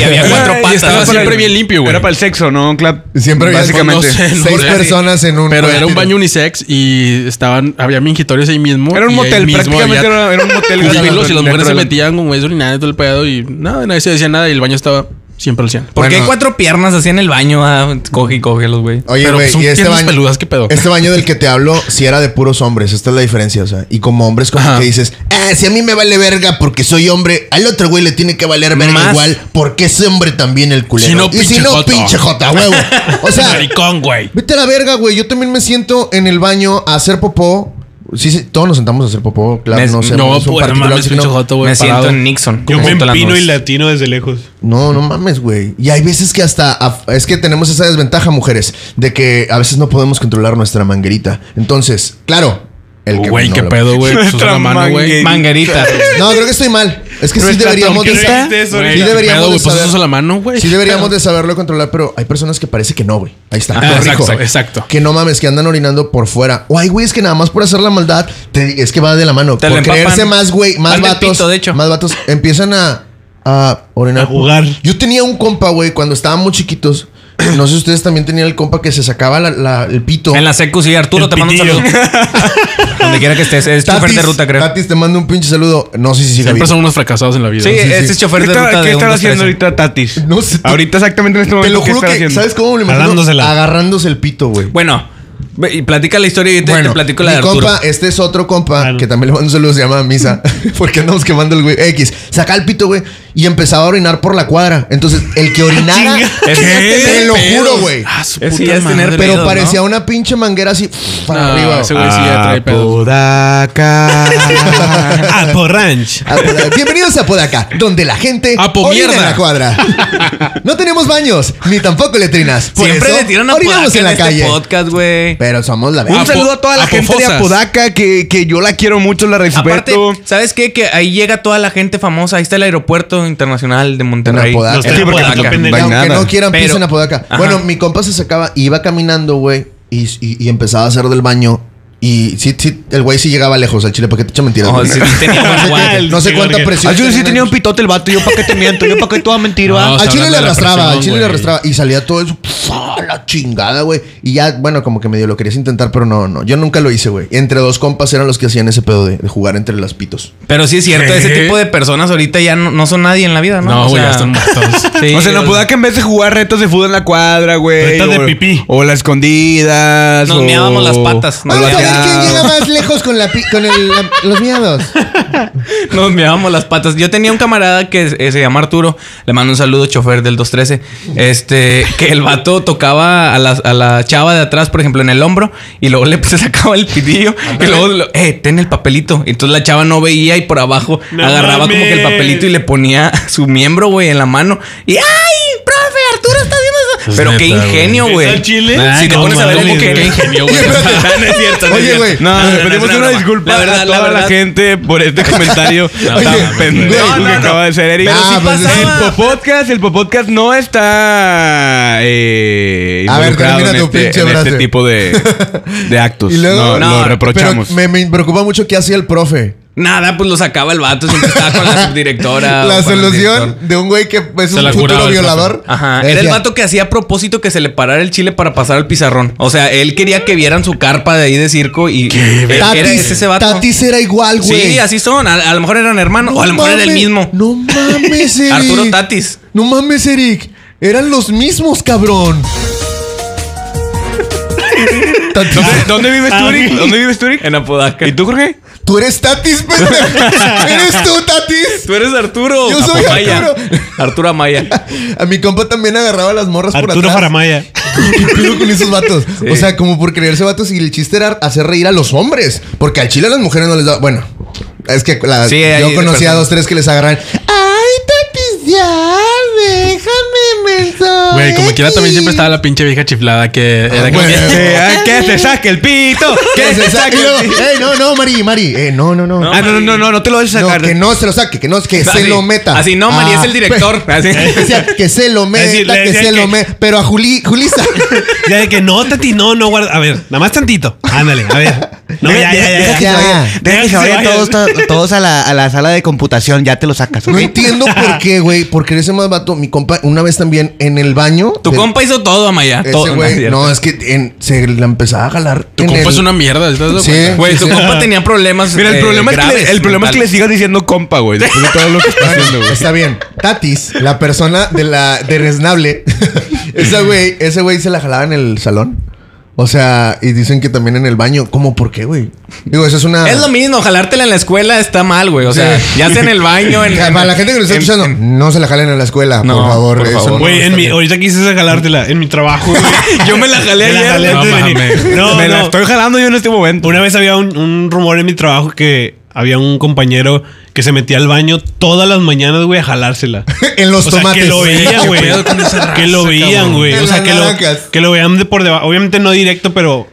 Speaker 1: Y había cuatro
Speaker 5: Y
Speaker 1: patas.
Speaker 5: estaba
Speaker 1: así.
Speaker 5: siempre bien limpio, güey. pues,
Speaker 2: Era para el sexo, ¿no, Clap?
Speaker 3: Siempre había-
Speaker 2: Básicamente.
Speaker 5: No sé, no
Speaker 3: Seis
Speaker 5: sé.
Speaker 3: personas en un.
Speaker 5: Pero era un baño unisex y estaban, había mingitorios ahí mismo.
Speaker 2: Era un
Speaker 5: y ahí
Speaker 2: motel,
Speaker 5: mismo
Speaker 2: prácticamente
Speaker 5: había
Speaker 2: era, era un motel.
Speaker 5: cubilos y las mujeres se
Speaker 2: Dentro del-
Speaker 5: metían con güeyes orinando y todo el pedo y nada, nadie se decía nada y el baño estaba siempre al 100.
Speaker 1: ¿Por qué
Speaker 3: Bueno.
Speaker 1: hay cuatro piernas así en el baño? Ah, coge y coge los güey.
Speaker 3: Oye,
Speaker 5: Pero
Speaker 3: güey,
Speaker 5: son
Speaker 3: y este
Speaker 5: piernas
Speaker 3: baño.
Speaker 5: peludas, ¿qué pedo?
Speaker 3: Este baño del que te hablo, si era de puros hombres. Esta es la diferencia, o sea. Y como hombres, como
Speaker 5: Ajá.
Speaker 3: que dices, ah, si a mí me vale verga porque soy hombre, al otro güey le tiene que valer verga
Speaker 1: Más.
Speaker 3: igual porque es hombre también el culero.
Speaker 5: Si no,
Speaker 3: y si
Speaker 5: pinche
Speaker 3: no,
Speaker 5: joto.
Speaker 3: pinche jota, huevo. O sea,
Speaker 5: Maricón, güey.
Speaker 3: Vete a la verga, güey. Yo también me siento en el baño a hacer popó. Sí, sí, todos nos sentamos a hacer popó, claro,
Speaker 1: Me-
Speaker 3: no sé.
Speaker 5: No,
Speaker 3: es un
Speaker 5: pues no
Speaker 3: particular
Speaker 5: mames,
Speaker 3: signo.
Speaker 5: pinche joto, güey.
Speaker 1: Me siento
Speaker 5: parado.
Speaker 1: en Nixon.
Speaker 4: Yo me
Speaker 1: junto a las
Speaker 4: empino
Speaker 1: nubes.
Speaker 4: y latino desde lejos.
Speaker 3: No, no mames, güey. Y hay veces que hasta... af- Es que tenemos esa desventaja, mujeres, de que a veces no podemos controlar nuestra manguerita. Entonces, claro, el que...
Speaker 5: Güey,
Speaker 3: no
Speaker 5: qué
Speaker 3: lo-
Speaker 5: pedo, güey. Pues,
Speaker 2: Nuestra
Speaker 5: una mano, güey.
Speaker 2: mangue-
Speaker 1: Manguerita.
Speaker 3: No, creo que estoy mal. Es que sí
Speaker 2: Nuestra
Speaker 3: deberíamos de...
Speaker 2: trompeta.
Speaker 3: Sí
Speaker 2: Eso,
Speaker 5: Güey,
Speaker 2: sí
Speaker 5: qué
Speaker 3: deberíamos
Speaker 5: pedo,
Speaker 3: de
Speaker 5: güey, pues
Speaker 3: saber.
Speaker 5: eso es la mano, güey.
Speaker 3: Sí deberíamos de saberlo controlar, pero hay personas que parece que no, güey. Ahí está.
Speaker 5: Ah,
Speaker 3: corrijo.
Speaker 5: exacto, exacto.
Speaker 3: Que no mames, que andan orinando por fuera. O hay güeyes que nada más por hacer la maldad, te- es que va de la mano.
Speaker 1: Te
Speaker 3: por
Speaker 1: la empapan.
Speaker 3: creerse más, güey, más
Speaker 1: Van del
Speaker 3: vatos.
Speaker 1: pito, de hecho.
Speaker 3: Más vatos empiezan a a orinar.
Speaker 4: A jugar.
Speaker 3: Yo tenía un compa, güey, cuando estábamos chiquitos. No sé si ustedes también tenían el compa que se sacaba la- la- el pito.
Speaker 1: En la secu, sí, Arturo,
Speaker 4: El
Speaker 1: te mando un
Speaker 4: pitillo.
Speaker 1: saludo. Donde quiera que estés. Es chofer de ruta, creo.
Speaker 3: Tatis, te mando un pinche saludo. No sé si sigue
Speaker 5: Siempre
Speaker 3: vivo.
Speaker 5: son unos fracasados en la vida.
Speaker 1: sí,
Speaker 5: ¿no?
Speaker 1: este es chofer
Speaker 2: ¿Qué
Speaker 1: de
Speaker 2: está-
Speaker 1: ruta
Speaker 2: ¿Qué
Speaker 1: de un
Speaker 2: están
Speaker 1: dos,
Speaker 2: haciendo
Speaker 1: trece.
Speaker 2: ahorita Tatis?
Speaker 3: No sé, te-
Speaker 2: Ahorita exactamente en este
Speaker 3: Te
Speaker 2: momento.
Speaker 3: lo
Speaker 2: ¿qué
Speaker 3: juro
Speaker 2: están
Speaker 3: que,
Speaker 2: haciendo?
Speaker 3: ¿sabes cómo me lo imagino?
Speaker 4: Jalándosela.
Speaker 3: Agarrándose el pito, güey.
Speaker 1: Bueno, ve- y platica la historia y yo te, te platico la
Speaker 3: mi
Speaker 1: de Arturo.
Speaker 3: compa, este es otro compa
Speaker 4: Claro.
Speaker 3: que también le mando un saludo, se llama Misa. Porque andamos quemando el güey. X. Saca el pito, güey. Y empezaba a orinar por la cuadra. Entonces, el que orinara.
Speaker 1: Es-
Speaker 3: te lo juro, güey.
Speaker 5: Ah, su
Speaker 1: Ese
Speaker 5: puta
Speaker 1: ya es
Speaker 5: madre.
Speaker 1: tener
Speaker 3: Pero
Speaker 1: pedos, ¿no?
Speaker 3: parecía una pinche manguera así. pff, para
Speaker 5: No,
Speaker 3: arriba.
Speaker 5: ese güey sí ya trae pedos.
Speaker 4: Apo Ranch.
Speaker 3: Apodaca. Bienvenidos a Apodaca, donde la gente
Speaker 5: Apo
Speaker 3: orina
Speaker 5: mierda.
Speaker 3: en la cuadra. No tenemos baños, ni tampoco letrinas. Por
Speaker 1: Siempre
Speaker 3: eso,
Speaker 1: le tiran a
Speaker 3: orinamos
Speaker 1: Podaca
Speaker 3: en
Speaker 1: en
Speaker 3: la
Speaker 1: este
Speaker 3: calle.
Speaker 1: podcast, güey.
Speaker 3: Pero somos la
Speaker 2: Un
Speaker 3: verga.
Speaker 5: Apo-
Speaker 2: saludo a toda la gente de
Speaker 5: Apofosas.
Speaker 2: Apodaca que, que yo la quiero mucho, la
Speaker 1: Aparte,
Speaker 2: respeto.
Speaker 1: ¿sabes qué? Que ahí llega toda la gente famosa. Ahí está el aeropuerto internacional de Monterrey.
Speaker 3: En Apodaca.
Speaker 1: Los
Speaker 3: Sí,
Speaker 1: de
Speaker 4: porque
Speaker 1: Apodaca. Este
Speaker 4: no pendejo.
Speaker 3: Y aunque
Speaker 2: nada.
Speaker 3: no quieran,
Speaker 1: Pero-
Speaker 3: piensen a Podaca.
Speaker 1: Ajá.
Speaker 3: Bueno, mi compa se sacaba, iba caminando, güey, y, y- y empezaba a hacer del baño. Y sí, sí, el güey sí llegaba lejos al chile, ¿para qué te echa mentiras?
Speaker 1: Oh,
Speaker 3: güey?
Speaker 1: sí, tenía buen guante.
Speaker 3: no sé
Speaker 4: Sí,
Speaker 3: cuánta
Speaker 4: porque-
Speaker 3: presión.
Speaker 2: Ah, yo sí
Speaker 3: tenían
Speaker 2: tenía un
Speaker 3: ellos.
Speaker 2: pitote el vato, yo para qué te miento, yo para qué te voy a mentir, va.
Speaker 5: No,
Speaker 3: Al
Speaker 5: está
Speaker 3: chile le
Speaker 5: hablando de la
Speaker 3: arrastraba, al
Speaker 5: presión,
Speaker 3: chile le
Speaker 5: güey.
Speaker 3: arrastraba. Y salía todo eso. pf, a la chingada, güey. Y ya, bueno, como que medio lo querías intentar, pero no, no. Yo nunca lo hice, güey. Entre dos compas eran los que hacían ese pedo de, de jugar entre las pitos.
Speaker 1: Pero sí es cierto,
Speaker 5: ¿Qué?
Speaker 1: ese tipo de personas ahorita ya no, no son nadie en la vida, ¿no?
Speaker 5: No,
Speaker 1: O
Speaker 5: güey,
Speaker 1: sea,
Speaker 5: ya están muertos.
Speaker 1: sí,
Speaker 2: o sea, en
Speaker 1: o-
Speaker 2: Apodaca en vez de jugar retos de fútbol en la cuadra, güey.
Speaker 4: Retos de
Speaker 2: o-
Speaker 4: pipí.
Speaker 2: O las escondidas.
Speaker 1: Nos
Speaker 2: o-
Speaker 1: meábamos las patas, nos
Speaker 2: o
Speaker 1: Vamos
Speaker 2: la
Speaker 1: a ver meábamos.
Speaker 2: meada.
Speaker 3: más lejos con, la, con los miados.
Speaker 1: Nos mirábamos las patas. Yo tenía un camarada que eh, se llama Arturo. Le mando un saludo, chofer del 213. Este, que el vato tocaba a la, a la chava de atrás, por ejemplo, en el hombro. Y luego le se sacaba el pitillo. Y luego, lo- eh, ten el papelito. Entonces la chava no veía y por abajo
Speaker 4: No
Speaker 1: agarraba como que el
Speaker 4: mames.
Speaker 1: papelito y le ponía su miembro, güey, en la mano. Y ¡ay! ¡Profe, Arturo está haciendo eso!
Speaker 5: Es
Speaker 1: Pero qué
Speaker 5: Pues neta, güey.
Speaker 1: ingenio,
Speaker 4: ¿Está
Speaker 1: güey.
Speaker 4: el chile?
Speaker 1: Si
Speaker 5: Ay,
Speaker 1: te
Speaker 5: no
Speaker 1: pones a ver
Speaker 5: mames,
Speaker 1: como que qué
Speaker 5: güey.
Speaker 1: ingenio, güey. No es cierto, no es
Speaker 3: Oye,
Speaker 1: cierto.
Speaker 3: güey.
Speaker 2: No,
Speaker 1: No, no, no,
Speaker 2: le pedimos
Speaker 1: es una
Speaker 2: una
Speaker 1: broma.
Speaker 2: disculpa
Speaker 1: La verdad,
Speaker 2: a
Speaker 1: la
Speaker 2: toda la,
Speaker 1: verdad.
Speaker 2: gente por este comentario
Speaker 5: No,
Speaker 2: tan
Speaker 5: mames,
Speaker 2: pendejo
Speaker 1: güey. No,
Speaker 2: que
Speaker 1: no, no.
Speaker 2: acaba de ser Eric.
Speaker 1: Pero
Speaker 3: Ah,
Speaker 1: sí
Speaker 3: pues,
Speaker 1: pasaba.
Speaker 2: El Popodcast, el Popodcast no está eh,
Speaker 3: A ver,
Speaker 2: involucrado
Speaker 3: termina
Speaker 2: en,
Speaker 3: tu
Speaker 2: este,
Speaker 3: pinche
Speaker 2: en
Speaker 3: frase.
Speaker 2: este tipo de, de actos.
Speaker 3: Y
Speaker 2: no,
Speaker 3: luego-
Speaker 1: No,
Speaker 2: lo reprochamos.
Speaker 3: Pero me, me preocupa mucho qué hacía el profe.
Speaker 1: Nada, pues lo sacaba el vato, siempre estaba con la subdirectora. o
Speaker 3: la
Speaker 1: con el
Speaker 3: solución
Speaker 1: director.
Speaker 3: de un güey que es
Speaker 5: Se
Speaker 3: un
Speaker 5: la juraba
Speaker 3: futuro
Speaker 5: el profe.
Speaker 3: violador.
Speaker 1: Ajá,
Speaker 3: Decía,
Speaker 1: era el vato que hacía a propósito que se le parara el chile para pasar al pizarrón. O sea, él quería que vieran su carpa de ahí de circo y era
Speaker 3: Tatis,
Speaker 1: ese, ese vato.
Speaker 3: Tatis era igual, güey.
Speaker 1: sí, así son. A, a lo mejor eran hermanos
Speaker 3: No
Speaker 1: o a lo mejor era el
Speaker 3: mames,
Speaker 1: mismo.
Speaker 3: No mames, Eric.
Speaker 1: Arturo Tatis.
Speaker 3: No mames, Eric. Eran los mismos, cabrón. Tatis.
Speaker 2: ¿Dónde, dónde vives tú, Eric? ¿Dónde vives tú, Eric?
Speaker 1: En Apodaca.
Speaker 2: ¿Y tú, Jorge?
Speaker 3: Tú eres Tatis, pendejo. Eres tú, Tatis.
Speaker 1: Tú eres Arturo.
Speaker 3: Yo soy
Speaker 1: Amaya.
Speaker 3: Arturo.
Speaker 1: Arturo Amaya.
Speaker 3: A mi compa también agarraba las morras por
Speaker 4: Arturo
Speaker 3: atrás.
Speaker 4: Faramaya.
Speaker 3: ¿Qué pedo con esos vatos? O sea, como por creerse vatos y el chiste era hacer reír a los hombres. Porque al chile a las mujeres no les da. Bueno, es que la-
Speaker 1: Sí, hay
Speaker 3: yo conocía a
Speaker 1: personas.
Speaker 3: dos, tres que les agarran. ¡Ay, Tatis, ya! ¡Déjame, mensaje!
Speaker 5: Güey, como quiera también siempre estaba la pinche vieja chiflada que era como
Speaker 3: güey.
Speaker 5: que-
Speaker 2: Que, ah, que se saque el pito. Que se saque
Speaker 3: Y luego,
Speaker 2: el pito.
Speaker 3: pues, ¡Ey, no, no, Mari, Mari! Eh, no, no, no.
Speaker 2: Ah, no, no, no, no, no te lo vas a
Speaker 3: No,
Speaker 2: sacar.
Speaker 3: que no se lo saque, que no, que se
Speaker 1: Así.
Speaker 3: lo meta.
Speaker 1: Así no, Mari,
Speaker 3: Ah,
Speaker 1: es el director. Así.
Speaker 3: Decía, que se lo meta,
Speaker 4: Así, le
Speaker 3: que
Speaker 4: decía
Speaker 3: se
Speaker 4: que-
Speaker 3: lo meta. Pero a Juli, Julisa.
Speaker 4: Ya de que no, Tati, no, no guarda. A ver, nada más tantito. Ándale, a ver. No, ya, ya, ya. ya.
Speaker 6: Ya,
Speaker 4: Deja
Speaker 6: deja que se vayan
Speaker 4: vaya.
Speaker 6: todos, to- todos a, la, a la sala de computación, ya te lo sacas. ¿ok?
Speaker 3: No entiendo por qué, güey. Porque eres más vato. Mi compa, una vez también en el baño.
Speaker 1: Tu
Speaker 3: del-
Speaker 1: compa hizo todo, Amaya.
Speaker 3: Ese
Speaker 1: todo.
Speaker 3: güey.
Speaker 1: es
Speaker 3: No, es que en- se la empezaba a jalar.
Speaker 5: Tu
Speaker 3: en
Speaker 5: compa
Speaker 3: el-
Speaker 5: es pues, una mierda. ¿estás de acuerdo?
Speaker 3: Sí.
Speaker 1: Güey, tu
Speaker 3: Sí, sí.
Speaker 1: compa tenía problemas.
Speaker 2: Mira, el
Speaker 1: eh,
Speaker 2: problema, es que le,
Speaker 1: graves
Speaker 2: el problema es que le
Speaker 1: mentales.
Speaker 2: sigas diciendo compa, güey. Después de todo lo que estás
Speaker 3: Bueno,
Speaker 2: haciendo, güey.
Speaker 3: está bien. Tatis, la persona de la de Resnable, ese güey, ese güey se la jalaba en el salón. O sea, y dicen que también en el baño. ¿Cómo por qué, güey? Digo, eso es una.
Speaker 1: Es lo mismo, jalártela en la escuela está mal, güey. O sea,
Speaker 3: Sí.
Speaker 1: ya sea en el baño, en
Speaker 3: Para la gente que nos está
Speaker 1: en-
Speaker 3: escuchando, no se la jalen en la escuela,
Speaker 1: No,
Speaker 3: por favor.
Speaker 1: por
Speaker 3: eso
Speaker 1: favor.
Speaker 3: no
Speaker 4: Güey, en
Speaker 3: está
Speaker 4: mi,
Speaker 3: bien.
Speaker 4: ahorita quise jalártela en mi trabajo, güey.
Speaker 1: Yo me la jalé
Speaker 4: Me la
Speaker 1: ayer.
Speaker 4: jalé
Speaker 1: No
Speaker 4: antes de venir.
Speaker 1: mames.
Speaker 4: No,
Speaker 2: Me la
Speaker 4: no.
Speaker 2: estoy jalando yo en este momento.
Speaker 4: Una vez había un, un rumor en mi trabajo que había un compañero que se metía al baño todas las mañanas, güey, a jalársela.
Speaker 3: En los
Speaker 4: o sea,
Speaker 3: tomates.
Speaker 4: que lo veían, güey.
Speaker 5: pedo con esa
Speaker 4: Que lo
Speaker 5: raza,
Speaker 4: veían,
Speaker 5: cabrón?
Speaker 4: güey.
Speaker 3: En
Speaker 4: O sea,
Speaker 3: las
Speaker 4: que
Speaker 3: nalgas.
Speaker 4: lo, que lo veían de por debajo. Obviamente no directo, pero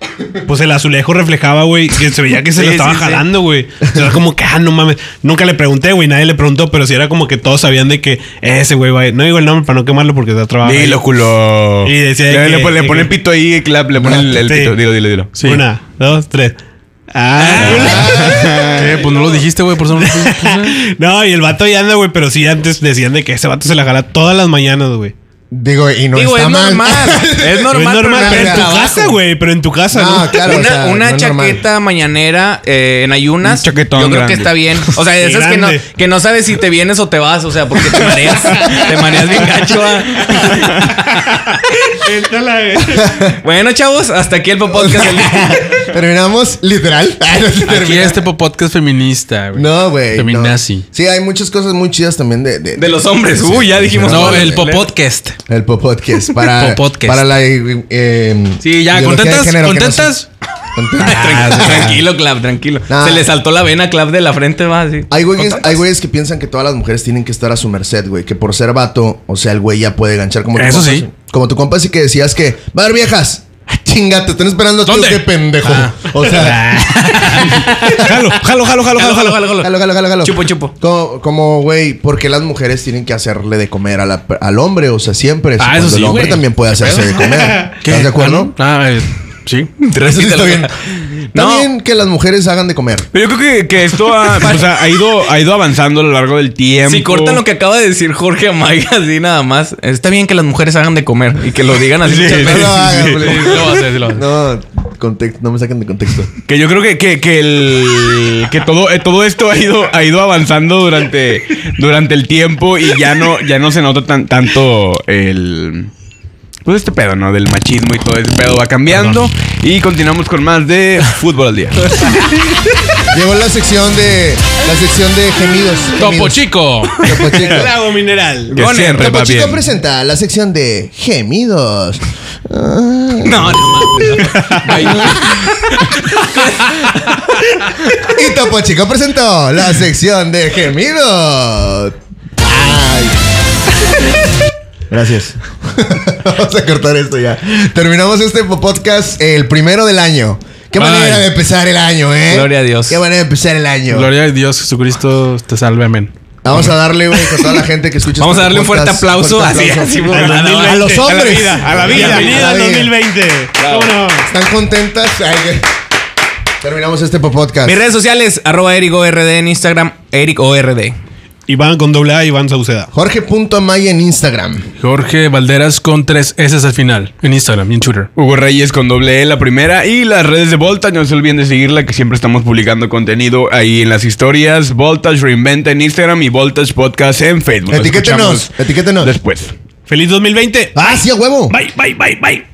Speaker 4: pues el azulejo reflejaba, güey, que se veía que se
Speaker 1: Sí,
Speaker 4: lo estaba
Speaker 1: sí, sí.
Speaker 4: jalando, güey. O sea, era como que, ah, no mames. Nunca le pregunté, güey, nadie le preguntó, pero sí era como que todos sabían de que ese güey va a ir. No digo el nombre para no quemarlo porque está trabajando.
Speaker 2: Dilo, culo.
Speaker 4: Y decía
Speaker 2: le,
Speaker 4: que-
Speaker 2: le- le
Speaker 4: que-
Speaker 2: ponen pito ahí, clap, le ponen el, el
Speaker 4: Sí.
Speaker 2: pito. Dilo, dilo, dilo.
Speaker 4: Una, dos, tres. Ah.
Speaker 5: ¿Qué? Pues no lo dijiste, güey, por eso no lo puse.
Speaker 4: No, y el vato ya anda, güey, pero sí antes decían de que ese vato se la jala todas las mañanas, güey.
Speaker 3: Digo, y no
Speaker 1: Digo,
Speaker 3: está
Speaker 1: es
Speaker 3: mal.
Speaker 1: normal. Es
Speaker 4: Pero
Speaker 1: normal.
Speaker 4: es normal,
Speaker 1: pero
Speaker 4: pero, en tu
Speaker 1: nada.
Speaker 3: trabajo.
Speaker 4: casa, güey, pero en tu casa,
Speaker 3: No,
Speaker 4: ¿no?
Speaker 3: claro, o
Speaker 1: una, una
Speaker 3: sea, no es normal.
Speaker 1: chaqueta mañanera eh, en ayunas.
Speaker 2: Un chaquetón
Speaker 1: yo creo
Speaker 2: grande.
Speaker 1: que está bien. O sea, de
Speaker 4: Sí,
Speaker 1: esas que no,
Speaker 4: grande.
Speaker 1: que no sabes si te vienes o te vas. O sea, porque te mareas. te mareas bien gacho. ah. Bueno, chavos, hasta aquí el podcast. del día.
Speaker 3: Terminamos literal. Ay, no se
Speaker 5: Aquí
Speaker 3: termina.
Speaker 5: este podcast feminista, güey.
Speaker 3: No, güey. no.
Speaker 5: Feminazi.
Speaker 3: Sí, hay muchas cosas muy chidas también de,
Speaker 1: De los hombres. Uy, ya dijimos.
Speaker 5: No,
Speaker 1: todo.
Speaker 5: el popodcast.
Speaker 3: El popodcast. Para,
Speaker 5: Popodcast.
Speaker 3: para la. eh, eh,
Speaker 5: Sí, ya,
Speaker 3: ideología
Speaker 5: ¿contentas?
Speaker 3: de género que no
Speaker 5: ¿Contentas?
Speaker 3: se- contentas.
Speaker 1: Ah, Tranquilo, tranquilo, Clav, tranquilo.
Speaker 3: Nah.
Speaker 1: Se le saltó la vena a Clav de la frente, va así.
Speaker 3: Hay güeyes, hay güeyes que piensan que todas las mujeres tienen que estar a su merced, güey. Que por ser vato, o sea, el güey ya puede ganchar como
Speaker 5: Eso
Speaker 3: tu compa.
Speaker 5: sí.
Speaker 3: Como tu compa, así que decías que, va a haber viejas. Ah, Chinga, te están esperando tú,
Speaker 5: ¿Dónde? Ah.
Speaker 3: qué pendejo. O sea,
Speaker 4: Jalo, jalo, jalo, jalo,
Speaker 1: Jalo, jalo, jalo,
Speaker 4: jalo, jalo.
Speaker 1: jalo.
Speaker 3: jalo, jalo, jalo, jalo.
Speaker 1: Chupo, chupo.
Speaker 3: Como- Como, güey, porque las mujeres tienen que hacerle de comer a la- al hombre, o sea, siempre.
Speaker 5: Ah, eso
Speaker 3: Cuando
Speaker 5: sí,
Speaker 3: el hombre
Speaker 5: güey.
Speaker 3: también puede hacerse de comer. ¿Estás de acuerdo?
Speaker 5: Ah, eh, sí.
Speaker 3: Eso sí está
Speaker 1: Quítalo.
Speaker 3: bien.
Speaker 1: No.
Speaker 3: También que las mujeres hagan de comer.
Speaker 2: Pero yo creo que, que esto ha, o sea, ha, ido, ha ido avanzando a lo largo del tiempo.
Speaker 1: Si cortan lo que acaba de decir Jorge Amaya, así nada más. Está bien que las mujeres hagan de comer y que lo digan así. muchas
Speaker 3: No
Speaker 1: veces.
Speaker 3: lo hagan,
Speaker 5: Sí,
Speaker 3: please.
Speaker 5: lo va a hacer, sí lo va a hacer.
Speaker 3: No, contexto, no me saquen de contexto.
Speaker 2: Que yo creo que, que, que el que todo, eh, todo esto ha ido, ha ido avanzando durante, durante el tiempo y ya no, ya no se nota tan, tanto el pues este pedo, ¿no? Del machismo y todo ese pedo va cambiando. Y continuamos con más de fútbol al día.
Speaker 3: Llegó la sección de la sección de gemidos.
Speaker 5: Topo
Speaker 3: gemidos.
Speaker 5: Chico.
Speaker 3: Topo Chico.
Speaker 4: Trago mineral.
Speaker 2: Que siempre
Speaker 3: Topo
Speaker 2: va
Speaker 3: Chico
Speaker 2: bien.
Speaker 3: presenta la sección de gemidos. Ah.
Speaker 1: No, no mames.
Speaker 3: Y Topo Chico presentó la sección de gemidos. Ay. Gracias. Vamos a cortar esto ya. Terminamos este podcast el primero del año. Qué
Speaker 5: Ay.
Speaker 3: manera de empezar el año, ¿eh?
Speaker 1: Gloria a Dios.
Speaker 3: Qué manera de empezar el año.
Speaker 5: Gloria a Dios, Jesucristo te salve, amén.
Speaker 3: Vamos a darle, güey, con toda la gente que escucha.
Speaker 1: Vamos
Speaker 3: este
Speaker 1: a darle un fuerte
Speaker 3: podcast,
Speaker 1: aplauso. Así, así,
Speaker 4: A
Speaker 1: por nada,
Speaker 3: A
Speaker 1: va.
Speaker 3: los hombres.
Speaker 4: A la vida.
Speaker 3: A
Speaker 4: Bienvenida
Speaker 3: la vida.
Speaker 4: 2020. ¿Cómo no?
Speaker 3: ¿Están contentas? Ay, que- Terminamos este podcast.
Speaker 1: Mis redes sociales, arroba EricORD en Instagram, EricORD.
Speaker 4: Iván con doble A, Iván Sauceda.
Speaker 3: Jorge.amaya en Instagram.
Speaker 5: Jorge Valderas con tres S al final. En Instagram y en Twitter.
Speaker 2: Hugo Reyes con doble E, la primera. Y las redes de Voltage, no se olviden de seguirla, que siempre estamos publicando contenido ahí en las historias. Voltage Reinventa en Instagram y Voltage Podcast en Facebook. Nos
Speaker 3: Etiquétenos,
Speaker 2: escuchamos
Speaker 3: etiquétenos.
Speaker 2: Después.
Speaker 4: Feliz 2020.
Speaker 3: ¡Ah, sí, a huevo!
Speaker 4: Bye, bye, bye, bye.